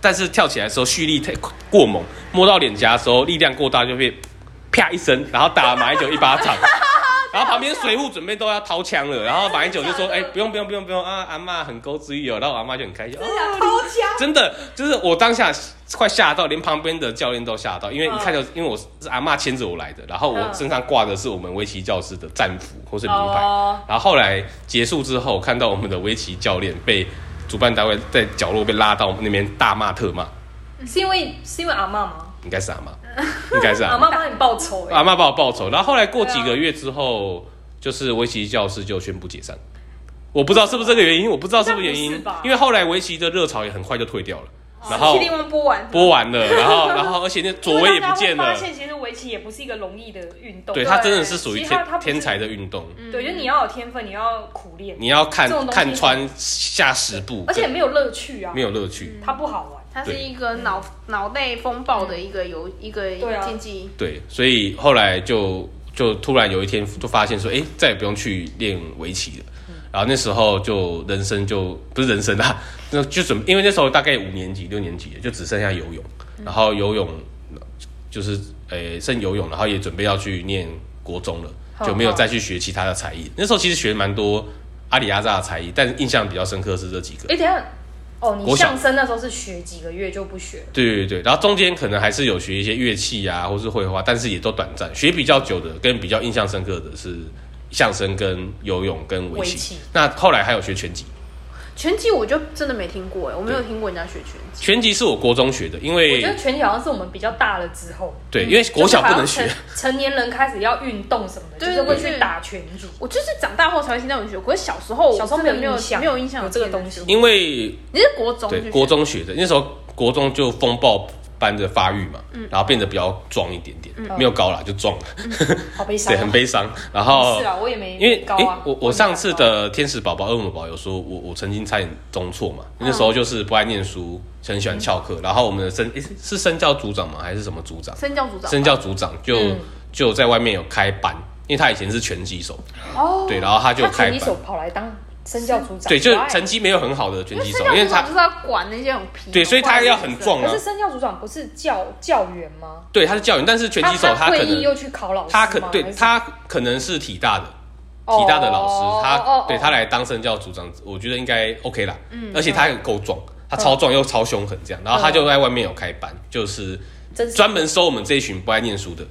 Speaker 3: 但是跳起来的时候蓄力太过猛，摸到脸颊的时候力量过大就被啪一声，然后打了马英九一巴掌。然后旁边水户准备都要掏枪了，然后马英九就说：“哎、不用不用不用不用啊，阿嬷很勾之意哦。”然后我阿嬷就很开心，哦
Speaker 2: 啊
Speaker 1: 掏枪，
Speaker 3: 真的就是我当下快吓到，连旁边的教练都吓到，因为一看就、因为我是阿嬷牵着我来的，然后我
Speaker 2: 嗯
Speaker 3: 身上挂的是我们围棋教室的战服或是名牌。
Speaker 2: 哦
Speaker 3: 然后后来结束之后，看到我们的围棋教练被主办单位在角落被拉到那边大骂特骂，
Speaker 2: 是因为是因为阿妈吗？
Speaker 3: 应该是阿嬷， 应该是阿
Speaker 2: 阿啊
Speaker 3: 嬷，
Speaker 2: 妈帮你报仇哎、
Speaker 3: 阿嬷帮我报仇。然后后来过几个月之后，就是围棋教室就宣布解散。我不知道是不是这个原因，我不知道是不是原
Speaker 2: 应该
Speaker 3: 因
Speaker 2: 不是吧，哦
Speaker 3: 因为后来围棋的热潮也很快就退掉了。
Speaker 2: 哎
Speaker 3: 然后
Speaker 1: 麒麟王播完，
Speaker 3: 播 完了，然后然后而且那左
Speaker 2: 因
Speaker 3: 围
Speaker 2: 为
Speaker 3: 也
Speaker 2: 大家
Speaker 3: 不
Speaker 2: 会
Speaker 3: 见了
Speaker 2: 发，现其实围棋也不是一个容易的运动，对，
Speaker 3: 对它真的是属于
Speaker 2: 其实
Speaker 3: 天
Speaker 2: 它它不是
Speaker 3: 天才的运动，
Speaker 2: 就是你要有天分，你要苦练，
Speaker 3: 你要看
Speaker 2: 这种东西
Speaker 3: 看穿下十步，
Speaker 2: 而且没有乐趣啊
Speaker 3: 没，有乐趣。
Speaker 2: 它不好玩。
Speaker 1: 它是一个脑脑袋风暴的一个游一个
Speaker 2: 对啊
Speaker 1: 竞技，
Speaker 3: 对，所以后来就就突然有一天就发现说，哎、再也不用去练围棋了。然后那时候就人生就不是人生啊， 那就准因为那时候大概五年级六年级就只剩下游泳，
Speaker 2: 嗯
Speaker 3: 然后游泳就是诶、剩游泳，然后也准备要去念国中了，
Speaker 2: 好
Speaker 3: 就没有再去学其他的才艺。那时候其实学蛮多阿里阿扎的才艺，但印象比较深刻是这几个。
Speaker 2: 哎、等一下，哦，你
Speaker 3: 国小
Speaker 2: 相声那时候是学几个月就不学了，
Speaker 3: 对对对，然后中间可能还是有学一些乐器啊，或是绘画，但是也都短暂。学比较久的跟比较印象深刻的是相声、跟游泳、跟围
Speaker 2: 围
Speaker 3: 棋。
Speaker 2: 棋
Speaker 3: 那后来还有学拳击，
Speaker 1: 拳击我就真的没听过哎，我没有听过人家学拳击。
Speaker 3: 拳击是我国中学的，因
Speaker 2: 我觉得
Speaker 3: 为
Speaker 2: 拳击好像是我们比较大了之后，
Speaker 3: 对，因为国小不能
Speaker 2: 就是好
Speaker 3: 学
Speaker 2: 像。成成年人开始要运动什么的，
Speaker 1: 对
Speaker 2: 就是会
Speaker 1: 对
Speaker 2: 去
Speaker 1: 对
Speaker 2: 打拳击。
Speaker 1: 我就是长大后才会听到有人学，可是小时候我
Speaker 2: 小时候
Speaker 1: 真的
Speaker 2: 没
Speaker 1: 没
Speaker 2: 有
Speaker 1: 有
Speaker 2: 印象
Speaker 1: 没有印象
Speaker 2: 有这个
Speaker 1: 有人
Speaker 2: 东西
Speaker 1: 学过
Speaker 3: 因为
Speaker 1: 你是国中
Speaker 3: 对
Speaker 1: 就学
Speaker 3: 国中学的，那时候国中就风暴般的发育嘛，
Speaker 2: 嗯
Speaker 3: 然后变得比较壮一点点，没有高啦，就壮了，
Speaker 2: 好悲伤、
Speaker 3: 对，很悲伤。然后
Speaker 2: 是啊，我也没
Speaker 3: 因为
Speaker 2: 高
Speaker 3: 诶
Speaker 2: 啊。
Speaker 3: 我我上次的天使宝宝、恶魔宝宝有说，我我曾经差点中错嘛，那
Speaker 2: 嗯
Speaker 3: 时候就是不爱念书，很喜欢翘课，然后我们的身、诶是身教组长吗？还是什么组长？
Speaker 1: 身教组长
Speaker 3: 身教组长就、
Speaker 2: 嗯
Speaker 3: 就在外面有开班，因为他以前是拳击手，
Speaker 2: 哦，
Speaker 3: 对，然后他就
Speaker 2: 他
Speaker 3: 开
Speaker 2: 拳击手
Speaker 3: 班，
Speaker 2: 跑来当身教组长，
Speaker 3: 对，就
Speaker 2: why？
Speaker 3: 成绩没有很好的拳击手，因
Speaker 1: 因
Speaker 3: 为
Speaker 1: 为他
Speaker 3: 他
Speaker 1: 就是要管那些很皮，
Speaker 3: 对，所以他要很壮
Speaker 2: 可
Speaker 3: 啊
Speaker 2: 是，身教组长不是教教员吗？
Speaker 3: 对，他是教员，但是拳击手
Speaker 2: 他
Speaker 3: 可
Speaker 2: 会议
Speaker 3: 能
Speaker 2: 又去考老师
Speaker 3: 他可
Speaker 2: 吗
Speaker 3: 对
Speaker 2: 还是
Speaker 3: 他可能是体大的。
Speaker 2: 哦
Speaker 3: 体大的老
Speaker 2: 哦
Speaker 3: 师，
Speaker 2: 哦
Speaker 3: 他
Speaker 2: 哦
Speaker 3: 对
Speaker 2: 哦
Speaker 3: 他来当身教组长，我觉得应该 OK 啦。嗯，而且他也够壮，他超壮又超凶狠这样，然后他
Speaker 2: 嗯
Speaker 3: 就在外面有开班，就是
Speaker 2: 真是
Speaker 3: 专门收我们这一群不爱念书的，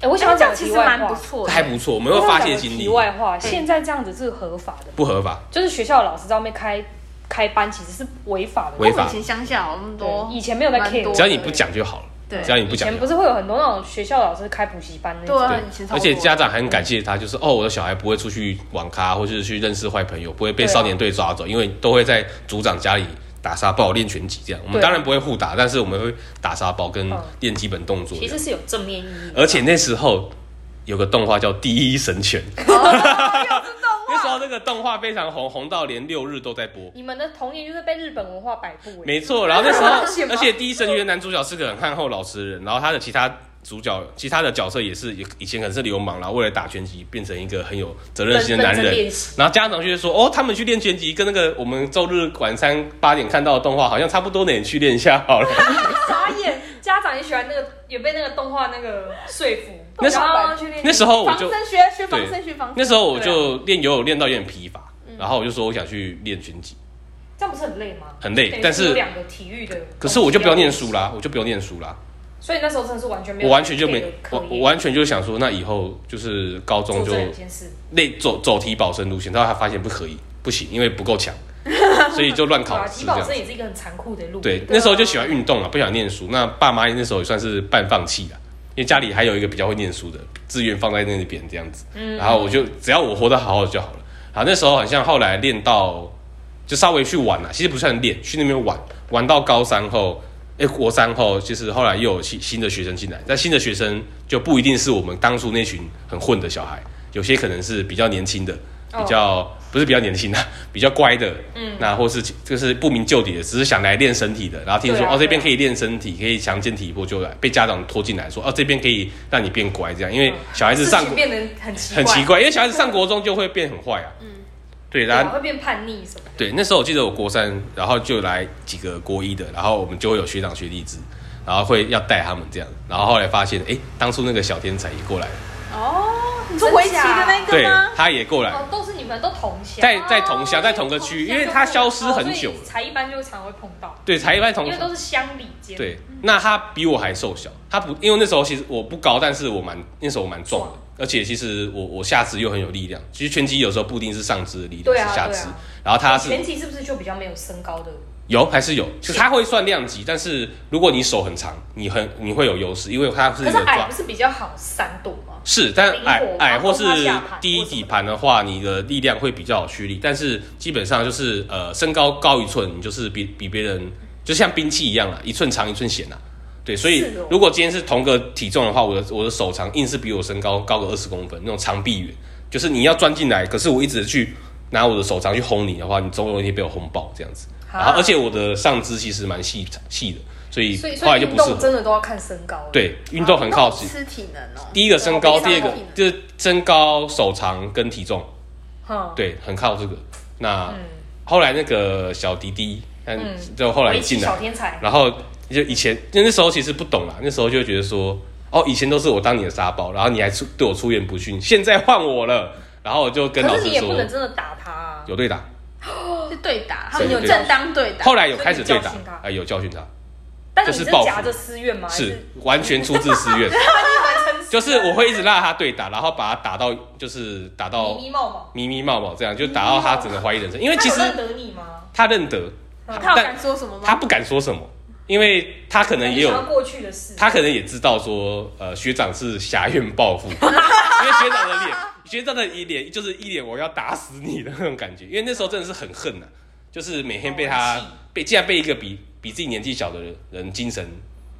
Speaker 2: 哎，我
Speaker 1: 我
Speaker 2: 想要
Speaker 1: 想这样
Speaker 2: 讲
Speaker 1: 其
Speaker 2: 题
Speaker 1: 实
Speaker 2: 外
Speaker 1: 蛮
Speaker 2: 话
Speaker 1: 不，错的，
Speaker 3: 还不错，我们
Speaker 2: 我
Speaker 3: 会
Speaker 2: 想
Speaker 3: 发
Speaker 2: 讲
Speaker 3: 泄嗯
Speaker 2: 个
Speaker 3: 精力
Speaker 2: 题，外话，现在这样子是合法的，
Speaker 3: 不合法。
Speaker 2: 就是学校的老师在外面开开班其实是违法的。
Speaker 3: 违
Speaker 1: 我
Speaker 3: 法
Speaker 1: 以前乡下有那么多
Speaker 2: 对，以前没有在
Speaker 1: 蛮
Speaker 2: care
Speaker 1: 多
Speaker 3: 只要你不讲就好了，
Speaker 1: 对
Speaker 3: 只要你
Speaker 2: 以
Speaker 3: 不讲
Speaker 2: 前
Speaker 3: 就
Speaker 2: 不
Speaker 3: 好。
Speaker 2: 是会有很多那种学校老师开补习班那
Speaker 1: 对
Speaker 2: 种，
Speaker 1: 啊
Speaker 3: 对，
Speaker 1: 以前超
Speaker 3: 而且
Speaker 1: 多
Speaker 3: 家长还很感谢他，就是哦，我的小孩不会出去网咖，
Speaker 2: 嗯
Speaker 3: 或是去认识坏朋友，不会被
Speaker 2: 对啊
Speaker 3: 少年队抓走，因为都会在组长家里打沙包、练拳击这样。我们
Speaker 2: 对啊
Speaker 3: 当然不会互打，但是我们会打沙包跟
Speaker 2: 嗯
Speaker 3: 练基本动作
Speaker 2: 其
Speaker 3: 这样。
Speaker 2: 实是有正面意义的。
Speaker 3: 而且那时候有个动画叫《第一神犬》，
Speaker 2: 哦
Speaker 3: 那时候那个动画非常红，红到连六日都在播。
Speaker 2: 你们的童年就是被日本文化摆布，哎
Speaker 3: 没错，然后那 时
Speaker 2: 发现
Speaker 3: 候，
Speaker 2: 吗
Speaker 3: 而且《第一神犬》的男主角是个很憨厚老实人，然后他的其他主角、其他的角色也是以前可能是流氓，然后为了打拳击变成一个很有责任心的男
Speaker 2: 认真
Speaker 3: 人
Speaker 2: 练习。
Speaker 3: 然后家长就会说：“哦，他们去练拳击，跟那个我们周日晚餐八点看到的动画好像差不多呢，你去练一下 好了。”
Speaker 2: 傻眼，家长也喜欢那个，也被那个动画那个说服，
Speaker 3: 那时候
Speaker 2: 然后去练
Speaker 3: 那时候我
Speaker 1: 防
Speaker 3: 就
Speaker 1: 身学学防身学防身，
Speaker 3: 那时候我就练游泳练到有点疲乏，
Speaker 2: 啊
Speaker 3: 然后我就说我想去练拳击。
Speaker 2: 这样不是很累吗？
Speaker 3: 很累
Speaker 2: 等于
Speaker 3: 但是
Speaker 2: 有两个体育的，
Speaker 3: 可是我就不要念书，啦，我就不要念书啦，
Speaker 2: 所以那时候真的是完全没有，
Speaker 3: 我完全就没，
Speaker 2: 可
Speaker 3: 我
Speaker 2: 以
Speaker 3: 我完全就想说，那以后就是高中
Speaker 2: 做
Speaker 3: 就
Speaker 2: 这两件事，
Speaker 3: 类走走体保生路线，但他发现不可以，不行，因为 不够强，所以就乱
Speaker 2: 对啊，
Speaker 3: 考
Speaker 2: 体
Speaker 3: 试这
Speaker 2: 保
Speaker 3: 样
Speaker 2: 生。也是一个很残酷的路，
Speaker 3: 对，那时候就喜欢运动啊了，不想念书。那爸妈那时候也算是半放弃了，因为家里还有一个比较会念书的，资源放在那边这样子。
Speaker 2: 嗯
Speaker 3: 然后我就只要我活得好好的就好了。好，那时候好像后来练到就稍微去玩啊了，其实不算练，去那边玩，玩到高三后。哎，国三后，其实后来又有新新的学生进来，但新的学生就不一定是我们当初那群很混的小孩，有些可能是比较年轻的，
Speaker 2: 哦
Speaker 3: 比较、不是比较年轻的，啊比较乖的，嗯，那或是就是不明就里的，只是想来练身体的，然后听说、
Speaker 2: 对啊
Speaker 3: 哦这边
Speaker 2: 对啊
Speaker 3: 可以练身体，可以强健体魄，就来被家长拖进来说哦这边可以让你变乖这样，因为小孩
Speaker 2: 嗯
Speaker 3: 子
Speaker 2: 自
Speaker 3: 上
Speaker 2: 己变得很奇怪，
Speaker 3: 很奇，怪，因为小孩子上国中就会变很坏啊，嗯，对，
Speaker 2: 对
Speaker 3: 然
Speaker 2: 啊，
Speaker 3: 后
Speaker 2: 会变叛逆什么的，
Speaker 3: 对，那时候我记得我国三，然后就来几个国一的，然后我们就会有学长学弟制，然后会要带他们这样，然后后来发现，哎，当初那个小天才也过来了，
Speaker 1: 哦，你说围棋的那
Speaker 3: 对
Speaker 1: 个吗？，
Speaker 3: 他也过来了，
Speaker 2: 哦，都是你们都同乡，
Speaker 3: 哎在在同乡，在同个区域，因为他消失很久
Speaker 2: 哦所以，才一般就常会碰到，
Speaker 3: 对，才一般同
Speaker 2: 因为都是乡里间，，
Speaker 3: 对，那他比我还瘦小，他不，因为那时候其实我不高，但是我蛮那时候我蛮壮的
Speaker 2: 壮，
Speaker 3: 而且其实我我下肢又很有力量。其实拳击有时候不一定是上肢的力量，
Speaker 2: 对啊
Speaker 3: 是下肢
Speaker 2: 对啊，
Speaker 3: 然后他是
Speaker 2: 拳击是不是就比较没有身高的？
Speaker 3: 有还是有，就他会算量级，但是如果你手很长，你很你会有优势，因为他是
Speaker 2: 可
Speaker 3: 有
Speaker 2: 是矮
Speaker 3: 抓
Speaker 2: 不。是比较好闪躲吗？
Speaker 3: 是，但
Speaker 2: 灵活
Speaker 3: 矮
Speaker 2: 嘛
Speaker 3: 矮或是
Speaker 2: 动它下盘
Speaker 3: 低
Speaker 2: 或什么
Speaker 3: 底盘的话，你的力量会比较有蓄力，但是基本上就是呃身高高一寸，你就是比比别人就像兵器一样啦，一寸长一寸险啦。对，所以
Speaker 2: 是哦
Speaker 3: 如果今天是同个体重的话，我的我的手长硬是比我身高高个二十公分，那种长臂猿，就是你要钻进来，可是我一直去拿我的手长去轰你的话，你总有一天被我轰爆这样子。
Speaker 2: 啊
Speaker 3: 然后而且我的上肢其实蛮细细的，所以
Speaker 2: 所以
Speaker 3: 后
Speaker 2: 所
Speaker 3: 来
Speaker 2: 以
Speaker 3: 就
Speaker 2: 运
Speaker 3: 不适
Speaker 2: 动
Speaker 3: 合。
Speaker 2: 真的啊都要看身高。，
Speaker 3: 对，运动很靠近。
Speaker 1: 吃体能哦，
Speaker 3: 第一个身高，
Speaker 2: 啊
Speaker 1: 对
Speaker 3: 第
Speaker 1: 我非常
Speaker 3: 二个
Speaker 1: 同意
Speaker 3: 就是身高、手长跟体重，
Speaker 2: 哼，
Speaker 3: 对，很靠这个。那、
Speaker 2: 嗯
Speaker 3: 后来那个小迪迪，嗯，就后来也
Speaker 2: 围棋
Speaker 3: 进
Speaker 2: 小
Speaker 3: 来，
Speaker 2: 天才，
Speaker 3: 然后就以前，因为那时候其实不懂啦，那时候就会觉得说，哦，以前都是我当你的沙包，然后你还出对我出言不逊，现在换我了，然后我就跟老
Speaker 2: 可是
Speaker 3: 师
Speaker 2: 你也不
Speaker 3: 说
Speaker 2: 能真的打他啊。
Speaker 3: 有对打，
Speaker 1: 是对打，他们
Speaker 3: 对
Speaker 1: 有
Speaker 3: 对
Speaker 1: 正当对打。
Speaker 3: 后来有开始
Speaker 2: 所
Speaker 3: 对
Speaker 2: 以
Speaker 3: 打
Speaker 2: 你教训他，
Speaker 3: 哎，有教训他，
Speaker 2: 但是你
Speaker 3: 就是是报复
Speaker 2: 夹着私怨吗？还
Speaker 3: 是完全出自私愿。
Speaker 2: 还是完成
Speaker 3: 就是我会一直拉着他对打，然后把他打到就是打到
Speaker 2: 迷迷冒冒。
Speaker 3: 迷迷冒冒这样，就打到他整个怀疑人生。因为其实
Speaker 2: 嗯他有认得你吗？
Speaker 3: 他认得，
Speaker 1: 他有
Speaker 3: 但
Speaker 1: 敢说什么吗？
Speaker 3: 他不敢说什么，因为他可能也
Speaker 2: 他就想要
Speaker 3: 有，
Speaker 2: 过去的事，
Speaker 3: 他可能也知道说，呃，学长是狭怨 报复，因为学长的脸，学长的一脸就是一脸我要打死你的那种感觉，因为那时候真的是很恨呐、就是每天被他
Speaker 2: 好气
Speaker 3: 被竟然被一个比比自己年纪小的人精神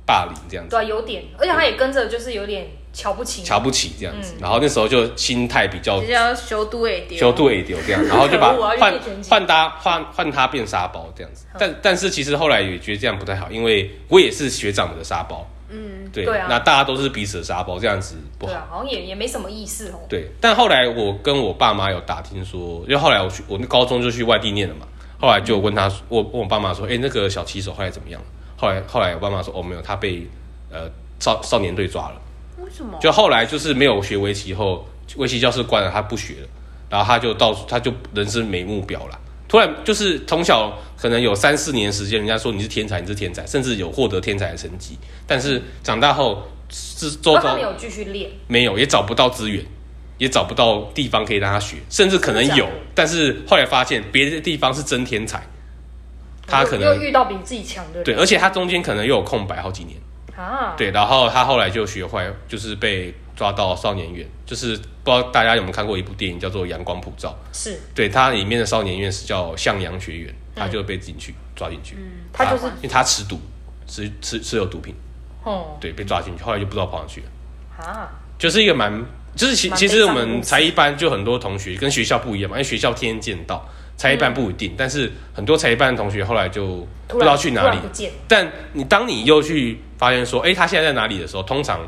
Speaker 3: 霸凌这样子
Speaker 2: 对、。啊、有点，而且他也跟着就是有点瞧不起你，
Speaker 3: 瞧不起这样子，
Speaker 2: 嗯
Speaker 3: 然后那时候就心态比较
Speaker 1: 这叫修都会丢。
Speaker 3: 修度也丢这样，然后就把
Speaker 2: 可恶啊
Speaker 3: 换
Speaker 2: 又被卷起嗯
Speaker 3: 换他换换他变沙包这样子，但但是其实后来也觉得这样不太好，因为我也是学长的沙包，嗯，对，
Speaker 2: 对啊
Speaker 3: 那大家都是彼此的沙包，这样子不
Speaker 2: 对
Speaker 3: 好。
Speaker 2: 啊，好像也也没什么意思哦。
Speaker 3: 对，但后来我跟我爸妈有打听说，因为后来我去我那高中就去外地念了嘛，后来就问他，
Speaker 2: 嗯
Speaker 3: 我问我爸妈说，哎、那个小骑手后来怎么样？后来后来我爸妈说，哦，没有，他被呃少少年队抓了。
Speaker 1: 为什么？
Speaker 3: 就后来就是没有学围棋后，围棋教室关了，他不学了，然后他就到他就人生没目标了。突然就是从小可能有三四年时间，人家说你是天才，你是天才，甚至有获得天才的成绩，但是长大后是周
Speaker 2: 然哦后他
Speaker 3: 遭
Speaker 2: 们有继续练，
Speaker 3: 没有，也找不到资源，也找不到地方可以让他学，甚至可能
Speaker 2: 真的假
Speaker 3: 有
Speaker 2: 的，
Speaker 3: 但是后来发现别的地方是真天才，他可
Speaker 2: 又又
Speaker 3: 能
Speaker 2: 遇到比自己强的人，
Speaker 3: 对，而且他中间可能又有空白好几年。
Speaker 2: 啊，
Speaker 3: 对，然后他后来就学坏，就是被抓到少年院，就是不知道大家有没有看过一部电影叫做《阳光普照》，
Speaker 2: 是
Speaker 3: 对，它里面的少年院是叫向阳学院，他就被进去抓进去，
Speaker 2: 他就是
Speaker 3: 因为他吃毒，吃吃吃有毒品，
Speaker 2: 哦
Speaker 3: 对，被抓进去，后来就不知道跑哪去了，
Speaker 2: 啊，
Speaker 3: 就是一个蛮，就是其
Speaker 2: 蛮
Speaker 3: 其
Speaker 2: 悲
Speaker 3: 实我
Speaker 2: 伤的故
Speaker 3: 们
Speaker 2: 事
Speaker 3: 才艺班就很多同学跟学校不一样嘛，因为学校天天见到。才艺班不一定，但是很多才艺班的同学后来就不
Speaker 2: 嗯突
Speaker 3: 知
Speaker 2: 然
Speaker 3: 道去哪
Speaker 2: 突
Speaker 3: 里
Speaker 2: 然，不见了，
Speaker 3: 但你当你又去发现说，哎、他现在在哪里的时候，通常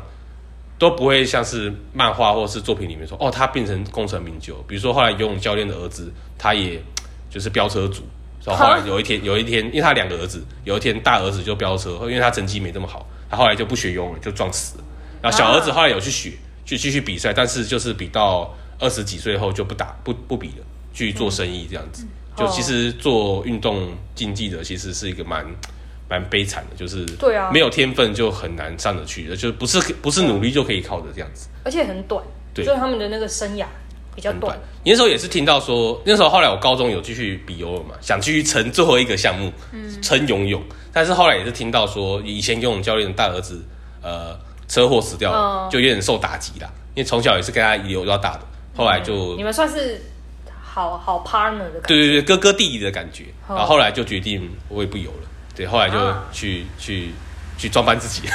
Speaker 3: 都不会像是漫画或是作品里面说，哦，他变成功成名就。比如说后来游泳教练的儿子，他也就是飙车族。然后后来有一天，有一天，因为他两个儿子，有一天大儿子就飙车，因为他成绩没这么好，他后来就不学游泳了，就撞死了。然后小儿子后来有去学，去继续比赛，但是就是比到二十几岁后就不打不不比了，去做生意这样子。就其实做运动竞技的，其实是一个蛮蛮悲惨的，就是
Speaker 2: 对啊
Speaker 3: 没有天分就很难上得去的，就是不是不是努力就可以靠的这样子，
Speaker 2: 而且很短，
Speaker 3: 对
Speaker 2: 就是他们的那个生涯比较
Speaker 3: 很
Speaker 2: 短
Speaker 3: 短。。你那时候也是听到说，那时候后来我高中有继续比游泳嘛，想继续撑最后一个项目，
Speaker 2: 嗯
Speaker 3: 撑游泳，但是后来也是听到说，以前游泳教练的大儿子呃车祸死掉了，
Speaker 2: 嗯
Speaker 3: 就有点受打击啦，因为从小也是跟他由到大的，后来就
Speaker 2: 你们算是好好 partner 的感觉，
Speaker 3: 对对对，哥哥弟弟的感觉。
Speaker 2: 哦
Speaker 3: 然后后来就决定我也不游了，对，后来就
Speaker 2: 啊
Speaker 3: 去、去去装扮自己，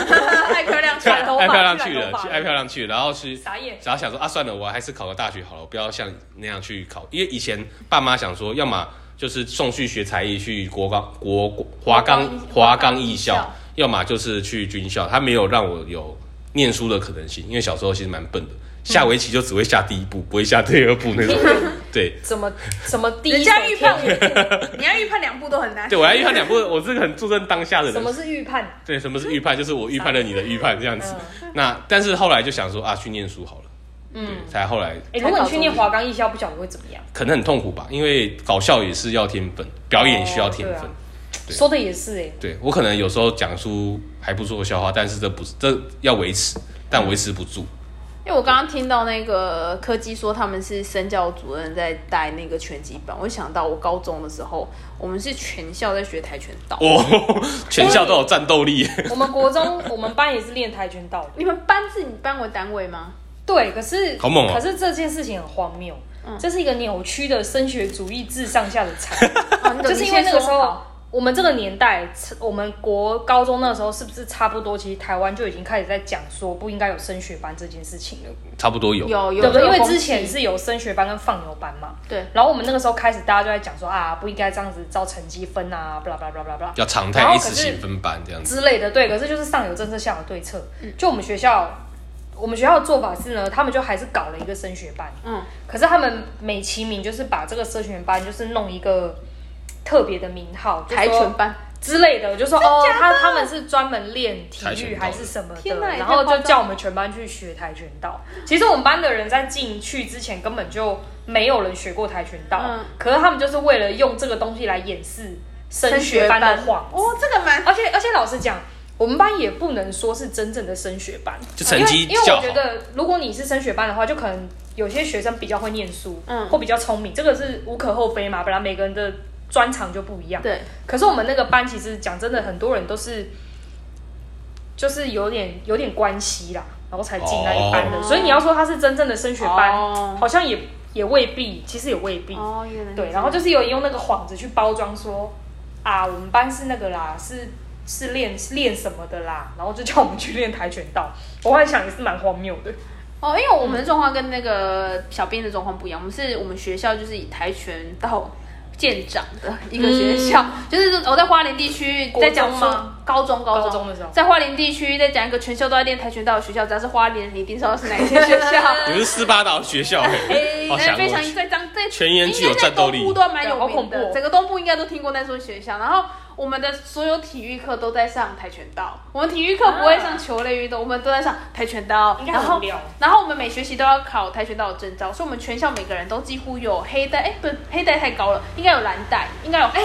Speaker 1: 爱漂亮，
Speaker 2: 染头发
Speaker 3: 爱漂亮去
Speaker 2: 去染
Speaker 3: 了
Speaker 2: 头，发
Speaker 3: 去爱漂亮去了，然后去。
Speaker 2: 傻眼，
Speaker 3: 然后想说啊，算了，我还是考个大学好了，我不要像那样去考，因为以前爸妈想说，要么就是送去学才艺，去国钢国国华冈华
Speaker 2: 华冈
Speaker 3: 冈艺
Speaker 2: 艺
Speaker 3: 校
Speaker 2: 校，
Speaker 3: 要么就是去军校，他没有让我有念书的可能性，因为小时候其实蛮笨的，下围棋就只会下第一步，不会下第二步那种，对，
Speaker 2: 怎么怎么第
Speaker 1: 人
Speaker 2: 一
Speaker 1: 家预判
Speaker 2: 手天
Speaker 1: 我，你要预判两步都很难。
Speaker 3: 对我要预判两步，我是个很注重当下的人，
Speaker 2: 什么是预判？
Speaker 3: 对，什么是预判？就是我预判了你的预判这样子。
Speaker 2: 嗯
Speaker 3: 那但是后来就想说啊，去念书好了。嗯，才后来
Speaker 2: 哎，如果你去念华冈艺校，不晓得会怎么样。
Speaker 3: 可能很痛苦吧，因为搞笑也是要天分，表演也需要天分。
Speaker 2: 哦对啊说的也是哎，
Speaker 3: 对我可能有时候讲出还不错的笑话，但是这不是这要维持，但维持不住。
Speaker 1: 因为我刚刚听到那个柯基说他们是身教主任在带那个拳击班，我就想到我高中的时候，我们是全校在学跆拳道。
Speaker 3: 哦，全校都有战斗力，
Speaker 2: 我们国中我们班也是练跆拳道的，
Speaker 1: 你们班是你班为单位 吗？
Speaker 2: 对，可是
Speaker 3: 好猛哦
Speaker 2: 可是这件事情很荒谬，
Speaker 1: 嗯
Speaker 2: 这是一个扭曲的升学主义至上下的产 物。
Speaker 1: 啊你
Speaker 2: 就是因为那个时
Speaker 1: 你先说
Speaker 2: 候
Speaker 1: 好，
Speaker 2: 我们这个年代，我们国高中那时候是不是差不多？其实台湾就已经开始在讲说不应该有升学班这件事情了，
Speaker 3: 差不多有。
Speaker 1: 有有
Speaker 2: 对不对？
Speaker 1: 这个
Speaker 2: 因为
Speaker 1: 风气
Speaker 2: 之前是有升学班跟放牛班嘛，
Speaker 1: 对
Speaker 2: 然后我们那个时候开始，大家就在讲说啊，不应该这样子照成绩分啊，巴拉巴拉巴拉巴拉
Speaker 3: 要常
Speaker 2: 然
Speaker 3: 态
Speaker 2: 后
Speaker 3: 一
Speaker 2: 可
Speaker 3: 次
Speaker 2: 是
Speaker 3: 性分班这样子。
Speaker 2: 之类的。对，可是就是上有政策，下有对策。
Speaker 1: 嗯
Speaker 2: 就我们学校，我们学校的做法是呢，他们就还是搞了一个升学班，
Speaker 1: 嗯，
Speaker 2: 可是他们美其名就是把这个升学班就是弄一个特别的名号，就说
Speaker 1: 跆拳班，
Speaker 2: 之类的，就说哦，他他们是专门练体育还是什么
Speaker 1: 天
Speaker 2: 的，
Speaker 1: 哪也太
Speaker 2: 然
Speaker 1: 夸
Speaker 2: 后就
Speaker 1: 张
Speaker 2: 叫我们全班去学跆拳道。其实我们班的人在进去之前根本就没有人学过跆拳道，
Speaker 1: 嗯
Speaker 2: 可是他们就是为了用这个东西来掩饰升学班的谎。
Speaker 1: 哦，这个蛮
Speaker 2: 而且而且老实讲，我们班也不能说是真正的升学班，
Speaker 3: 就成绩
Speaker 2: 因为因为
Speaker 3: 较
Speaker 2: 我
Speaker 3: 好
Speaker 2: 觉得，如果你是升学班的话，就可能有些学生比较会念书，
Speaker 1: 嗯
Speaker 2: 或比较聪明，这个是无可厚非嘛，本来每个人的专长就不一样。
Speaker 1: 对，
Speaker 2: 可是我们那个班其实讲真的，很多人都是就是有点有点关系啦，然后才进那一班的。
Speaker 1: 哦
Speaker 2: 所以你要说他是真正的升学班，
Speaker 1: 哦
Speaker 2: 好像也也未必，其实也未必。
Speaker 1: 哦，原来
Speaker 2: 对，然后就是有人用那个幌子去包装说啊，我们班是那个啦，是是练是练什么的啦，然后就叫我们去练跆拳道。我后来想也是蛮荒谬的。
Speaker 1: 哦，因为我们的状况跟那个小编的状况不一样，我们是我们学校就是以跆拳道见长的一个学校，就是我在花莲地区
Speaker 2: 嗯国
Speaker 1: 在讲
Speaker 2: 中
Speaker 1: 说
Speaker 2: 吗
Speaker 1: 高中高中
Speaker 2: 高中的时候
Speaker 1: 在花莲地区在讲一个全校都在练跆拳道的学校，只要是花莲人，你一定知道是哪一间学 校。
Speaker 3: 你们是斯巴达学校哎、
Speaker 1: 哎，
Speaker 3: 好
Speaker 1: 那
Speaker 3: 想
Speaker 1: 非
Speaker 3: 过
Speaker 1: 常
Speaker 3: 去。
Speaker 1: 在当在
Speaker 3: 全员具有
Speaker 1: 应该在
Speaker 3: 战斗力
Speaker 1: 东部都蛮有
Speaker 2: 对好
Speaker 1: 名
Speaker 2: 恐怖
Speaker 1: 的
Speaker 2: 哦，
Speaker 1: 整个东部应该都听过那所学校。然后我们的所有体育课都在上跆拳道，我们体育课不会上球类运动，我们都在上跆拳道。
Speaker 2: 应该
Speaker 1: 然
Speaker 2: 很
Speaker 1: 后
Speaker 2: 无聊
Speaker 1: 然后我们每学期都要考跆拳道的证照，所以我们全校每个人都几乎有黑带，哎，不是黑带太高了，应该有蓝带，应该有哎。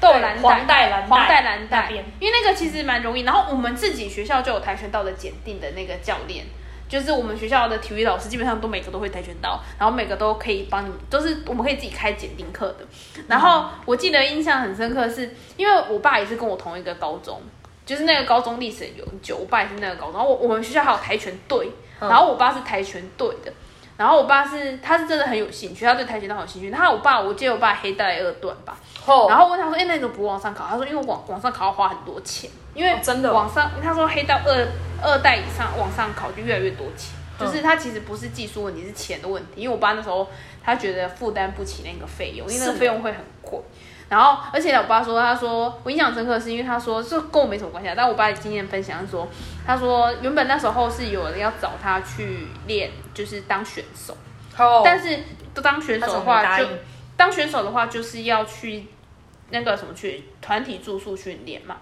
Speaker 1: 都有
Speaker 2: 对
Speaker 1: 蓝带、
Speaker 2: 黄带蓝带
Speaker 1: 黄带、蓝
Speaker 2: 那
Speaker 1: 带
Speaker 2: 边，
Speaker 1: 因为那个其实蛮容易。然后我们自己学校就有跆拳道的检定的那个教练，就是我们学校的体育老师基本上都每个都会跆拳道，然后每个都可以帮你们，都是我们可以自己开检定课的。然后我记得印象很深刻是，因为我爸也是跟我同一个高中，就是那个高中历史很悠久，我爸也是那个高中。然后我我们学校还有跆拳队，
Speaker 2: 嗯
Speaker 1: 然后我爸是跆拳队的。然后我爸是，他是真的很有兴趣，他对跆拳道很有兴趣。他我爸，我记得我爸黑带二段吧，
Speaker 2: 后哦
Speaker 1: 然后问他说：“哎、那你怎么不往上考？”他说：“因为往往上考要花很多钱，因为
Speaker 2: 哦真的哦
Speaker 1: 往上，他说黑到二二代以上往上考就越来越多钱，就是
Speaker 2: 嗯
Speaker 1: 他其实不是技术问题，是钱的问题。因为我爸那时候他觉得负担不起那个费用，因为那个
Speaker 2: 是
Speaker 1: 费用会很贵。然后，而且我爸说，他说我印象深刻是因为他说这跟我没什么关系啊，但我爸的经验分享是说，他说原本那时候是有人要找他去练，就是当选手，
Speaker 2: 后
Speaker 1: 但是当选手的话
Speaker 2: 哦他
Speaker 1: 就
Speaker 2: 怎么没答应
Speaker 1: 当选手的话就是要去那个什么去团体住宿训练嘛。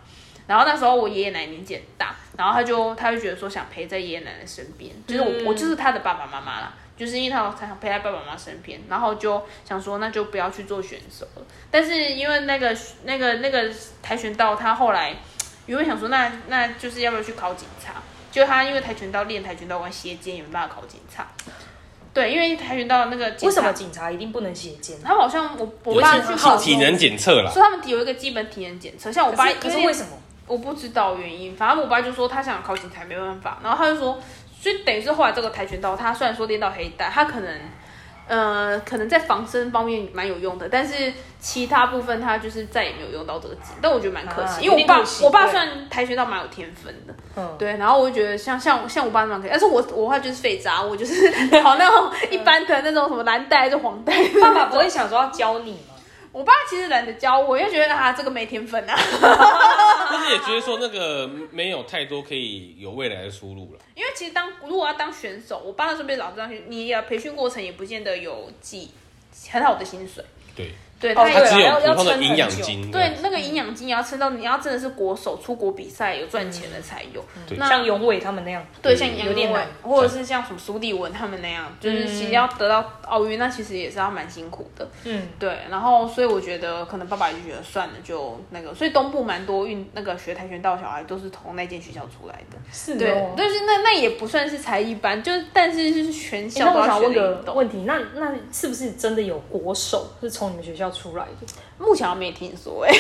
Speaker 1: 然后那时候我爷爷奶奶年纪很大，然后他就他就觉得说想陪在爷爷奶奶身边，就是我、
Speaker 2: 嗯
Speaker 1: 我就是他的爸爸妈妈啦，就是因为他想陪在爸爸妈妈身边，然后就想说那就不要去做选手了。但是因为那个那个那个跆拳道，他后来原本想说那那就是要不要去考警察，就他因为跆拳道练跆拳道关斜肩也没办法考警察。对，因为跆拳道那个警
Speaker 2: 为什
Speaker 1: 察
Speaker 2: 么警察一定不能斜肩？
Speaker 1: 他们好像我我
Speaker 3: 有
Speaker 1: 爸
Speaker 2: 爸
Speaker 1: 去
Speaker 2: 去
Speaker 1: 考
Speaker 2: 考
Speaker 3: 体体能检测啦，
Speaker 1: 说他们有一个基本体能检测，像我
Speaker 2: 可
Speaker 1: 爸
Speaker 2: 是可是
Speaker 1: 因
Speaker 2: 为什么？
Speaker 1: 我不知道原因，反正我爸就说他想考警察没办法，然后他就说，所以等于是后来这个跆拳道，他虽然说练到黑带，他可能。呃，可能在防身方面蛮有用的，但是其他部分他就是再也没有用到这个技，但我觉得蛮可惜，
Speaker 2: 啊
Speaker 1: 因为我
Speaker 2: 有
Speaker 1: 爸
Speaker 2: 点可惜
Speaker 1: 我爸
Speaker 2: 对
Speaker 1: 虽然跆拳道蛮有天分的，
Speaker 2: 嗯，
Speaker 1: 对，然后我就觉得像像像我爸那种可以，但是我我话就是废渣，我就是考那种一般的那种什么蓝带还是黄带，
Speaker 2: 爸爸不会想说要教你吗？
Speaker 1: 我爸其实懒得教我，因为觉得啊这个没天分啊，
Speaker 3: 但是也觉得说那个没有太多可以有未来的出路了。
Speaker 1: 因为其实当如果要当选手，我爸那时候被老师当选，你也培训过程也不见得有几很好的薪水，
Speaker 3: 对，
Speaker 1: 对，
Speaker 2: 哦
Speaker 1: 他也
Speaker 3: 它
Speaker 2: 对啊
Speaker 3: 只
Speaker 2: 要
Speaker 3: 有
Speaker 2: 要
Speaker 3: 普通的
Speaker 2: 撑
Speaker 3: 营养
Speaker 2: 很久
Speaker 3: 金。
Speaker 1: 对那个营养金也要撑到你要真的是国手出国比赛有赚钱的才有，
Speaker 3: 对
Speaker 1: 那
Speaker 2: 像永伟他们那样，
Speaker 1: 嗯对像杨
Speaker 2: 有点
Speaker 1: 永伟
Speaker 2: 难
Speaker 1: 或者是像什么苏立文他们那样，就是其实要得到奥运，那其实也是要蛮辛苦的。
Speaker 2: 嗯，
Speaker 1: 对，然后所以我觉得可能爸爸就觉得算了，就那个，所以东部蛮多运那个学跆拳道小孩都是从那间学校出来的。
Speaker 2: 是
Speaker 1: 对，
Speaker 2: 哦。
Speaker 1: 但是那那也不算是才艺班，就是但是就是全
Speaker 2: 欸
Speaker 1: 校
Speaker 2: 那
Speaker 1: 都
Speaker 2: 我
Speaker 1: 要
Speaker 2: 想问
Speaker 1: 学的
Speaker 2: 个
Speaker 1: 运动。
Speaker 2: 问题，那那是不是真的有国手是从你们学校出来的？
Speaker 1: 目前我没听说哎、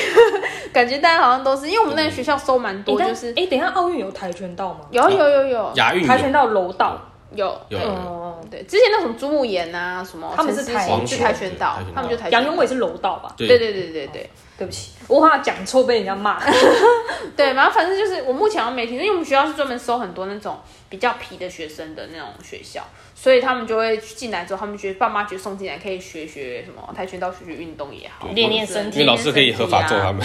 Speaker 1: 感觉大家好像都是，因为我们那个学校收蛮多，
Speaker 2: 欸
Speaker 1: 就
Speaker 2: 但
Speaker 1: 是
Speaker 2: 哎、等一下奥运有跆拳道吗？
Speaker 1: 有有有有
Speaker 3: 亚运
Speaker 2: 跆拳
Speaker 3: 有
Speaker 2: 道、柔道，
Speaker 1: 有对
Speaker 3: 有有
Speaker 2: 嗯，
Speaker 1: 对，之前那种朱慕炎啊什么，
Speaker 2: 他们是
Speaker 1: 陈
Speaker 2: 跆
Speaker 1: 思琪
Speaker 2: 黄
Speaker 1: 是
Speaker 3: 球
Speaker 1: 跆拳道
Speaker 3: 对跆拳，
Speaker 1: 他们就跆拳道
Speaker 2: 杨永伟是柔道吧？
Speaker 3: 对
Speaker 1: 对对对对对。
Speaker 2: 对不起，我好像讲错被人家骂。
Speaker 1: 对，然后反正就是我目前好像没听，因为我们学校是专门收很多那种比较皮的学生的那种学校，所以他们就会进来之后，他们觉得爸妈觉得送进来可以学学什么跆拳道，学学运动也好，
Speaker 2: 练练身
Speaker 3: 因
Speaker 2: 体啊
Speaker 3: 为老师可以合法揍他们。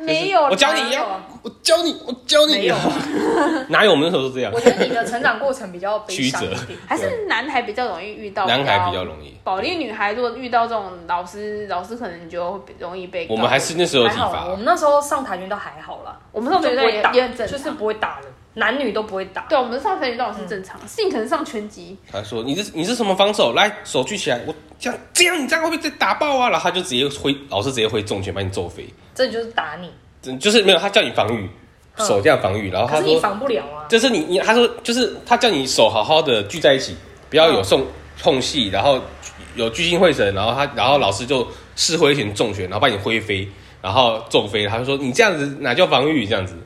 Speaker 1: 没有啦，
Speaker 3: 我教你
Speaker 1: 没有啊
Speaker 3: 呀， 我教你，我教
Speaker 2: 没
Speaker 3: 你
Speaker 2: 有
Speaker 3: 啊。 哪有我们那时候都这样
Speaker 2: 我？觉得你的成长过程比较悲伤一
Speaker 3: 曲
Speaker 2: 点。
Speaker 1: 还是男孩比较容易遇到，啊
Speaker 3: 男孩比较容易，
Speaker 1: 保利女孩如果遇到这种老师，老师可能就会容易被告。
Speaker 3: 我们还是那时候有
Speaker 2: 还
Speaker 3: 体
Speaker 2: 好啦，我
Speaker 3: 罚，
Speaker 2: 们那时候上跆拳道还好啦，
Speaker 1: 我们上跆拳道
Speaker 2: 就不
Speaker 1: 也
Speaker 2: 会打
Speaker 1: 也很正常，
Speaker 2: 就是不会打人，男女都不会打。
Speaker 1: 对，我们上跆拳道是正常，
Speaker 3: 嗯
Speaker 1: 是你可能上拳击，
Speaker 3: 他说你这你是什么防守？来，手举起来，我这样这样，你这样会被再打爆啊！然后他就直接挥，老师直接挥重拳把你揍飞，
Speaker 2: 这就是打你，
Speaker 3: 真就是没有他叫你防御，手这样防御，然
Speaker 2: 嗯
Speaker 3: 后
Speaker 2: 可
Speaker 3: 哦他
Speaker 2: 是你
Speaker 3: 说
Speaker 2: 防不了啊。
Speaker 3: 就是你你他说就是他叫你手好好的聚在一起，不要有送空隙，然后有聚精会神，然后他然后老师就试挥拳重拳，然后把你挥飞，然后揍飞，他就说你这样子哪叫防御这样子，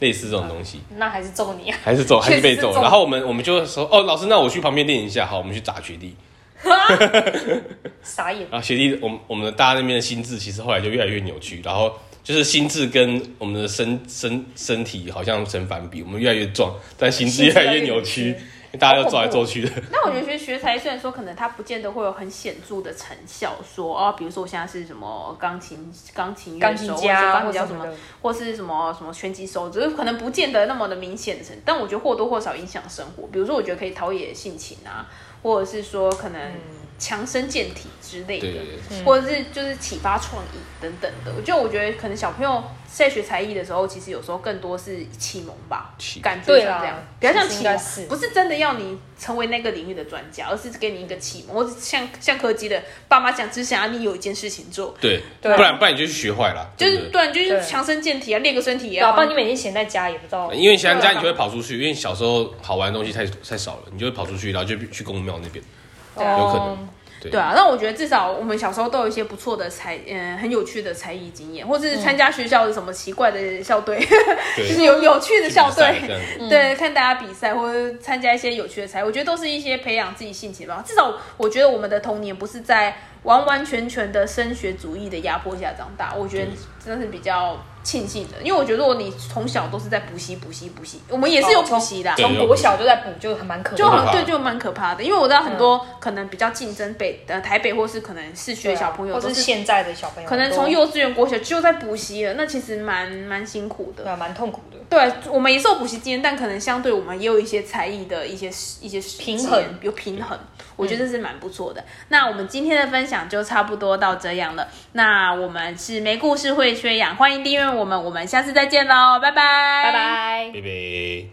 Speaker 3: 类似这种东西。
Speaker 2: 那还是揍你啊！
Speaker 3: 还是揍，还是被
Speaker 2: 确实
Speaker 3: 揍
Speaker 2: 是。揍
Speaker 3: 然后我们我们就会说，哦，老师，那我去旁边练一下。好，我们去打学弟。
Speaker 2: 傻眼，
Speaker 3: 然后学弟，我们我们的大家那边的心智其实后来就越来越扭曲，然后就是心智跟我们的身身身体好像成反比，我们越来越壮，但心智越来越扭曲，
Speaker 2: 心智越来越扭曲
Speaker 3: 因为大家都揍来揍去的。
Speaker 1: 那我觉得学学才虽然说可能它不见得会有很显著的成效，说哦，比如说我现在是什么钢琴钢琴乐
Speaker 2: 钢琴
Speaker 1: 手，
Speaker 2: 家啊
Speaker 1: 或者
Speaker 2: 或者
Speaker 1: 叫
Speaker 2: 什
Speaker 1: 什
Speaker 2: 么
Speaker 1: 么
Speaker 2: 的，
Speaker 1: 或是什么什么拳击手，只是可能不见得那么的明显的成，但我觉得或多或少影响生活。比如说，我觉得可以陶冶性情啊，或者是说可能
Speaker 2: 嗯
Speaker 1: 强身健体之类的，
Speaker 3: 对对对
Speaker 1: 或者是就是启发创意等等的。我就我觉得可能小朋友在学才艺的时候，其实有时候更多是启蒙吧
Speaker 3: 启，
Speaker 1: 感觉
Speaker 2: 对
Speaker 1: 上
Speaker 2: 啦
Speaker 1: 这样，比较像
Speaker 2: 其实
Speaker 1: 启
Speaker 2: 应该
Speaker 1: 蒙，
Speaker 2: 是
Speaker 1: 不是真的要你成为那个领域的专家，而是给你一个启蒙。我只像像柯基的爸妈讲，只想要你有一件事情做，
Speaker 3: 对，
Speaker 2: 对
Speaker 3: 不然不然你就去学坏了，
Speaker 1: 啊就
Speaker 3: 对
Speaker 1: 是
Speaker 3: 不对。
Speaker 1: 对啊，你就是
Speaker 2: 对
Speaker 1: 强身健体啊，练个身体也
Speaker 2: 对啊，
Speaker 1: 好
Speaker 2: 不
Speaker 1: 啊
Speaker 2: 然你。每天闲在家也不知道。
Speaker 3: 嗯因为想家你就会跑出去，因为小时候好玩的东西太太少了，你就会跑出去，然后就去公庙那边，
Speaker 2: 哦
Speaker 1: 对啊
Speaker 3: 有可能。
Speaker 1: 对啊，那我觉得至少我们小时候都有一些不错的才，嗯、很有趣的才艺经验，或者是参加学校的什么奇怪的校队，
Speaker 3: 嗯 对
Speaker 1: 就是有有趣的校
Speaker 3: 去比赛这
Speaker 1: 队，
Speaker 3: 样子
Speaker 1: 对，看大家比赛或者参加一些有趣的才艺，我觉得都是一些培养自己性情的方法。至少我觉得我们的童年不是在完完全全的升学主义的压迫下长大，我觉得
Speaker 3: 对
Speaker 1: 真的是比较庆幸的，因为我觉得如果你从小都是在补习补习补习，我们也
Speaker 3: 哦
Speaker 1: 是有补习的啊、
Speaker 3: 对
Speaker 2: 从国小就在补，就还蛮可
Speaker 1: 就
Speaker 2: 怕的。
Speaker 1: 很
Speaker 3: 怕
Speaker 1: 对，就蛮可怕的，因为我知道很多可能比较竞争北呃台北或是可能市区
Speaker 2: 对
Speaker 1: 的
Speaker 2: 啊
Speaker 1: 小朋友
Speaker 2: 或
Speaker 1: 都
Speaker 2: 是
Speaker 1: 是
Speaker 2: 现在的小朋友
Speaker 1: 可
Speaker 2: 很多，
Speaker 1: 能从幼稚园、国小就在补习了，那其实蛮蛮辛苦
Speaker 2: 对
Speaker 1: 的。
Speaker 2: 啊，蛮痛苦的。
Speaker 1: 对，我们也是有补习经验，但可能相对我们也有一些才艺的一些一些时间
Speaker 2: 平衡
Speaker 1: 有平衡，我觉得这是蛮不错的。那我们今天的分享就差不多到这样了。那我们是没故事会宣扬，欢迎订阅我们，我们下次再见喽，拜拜，
Speaker 2: 拜。拜。
Speaker 3: 拜拜。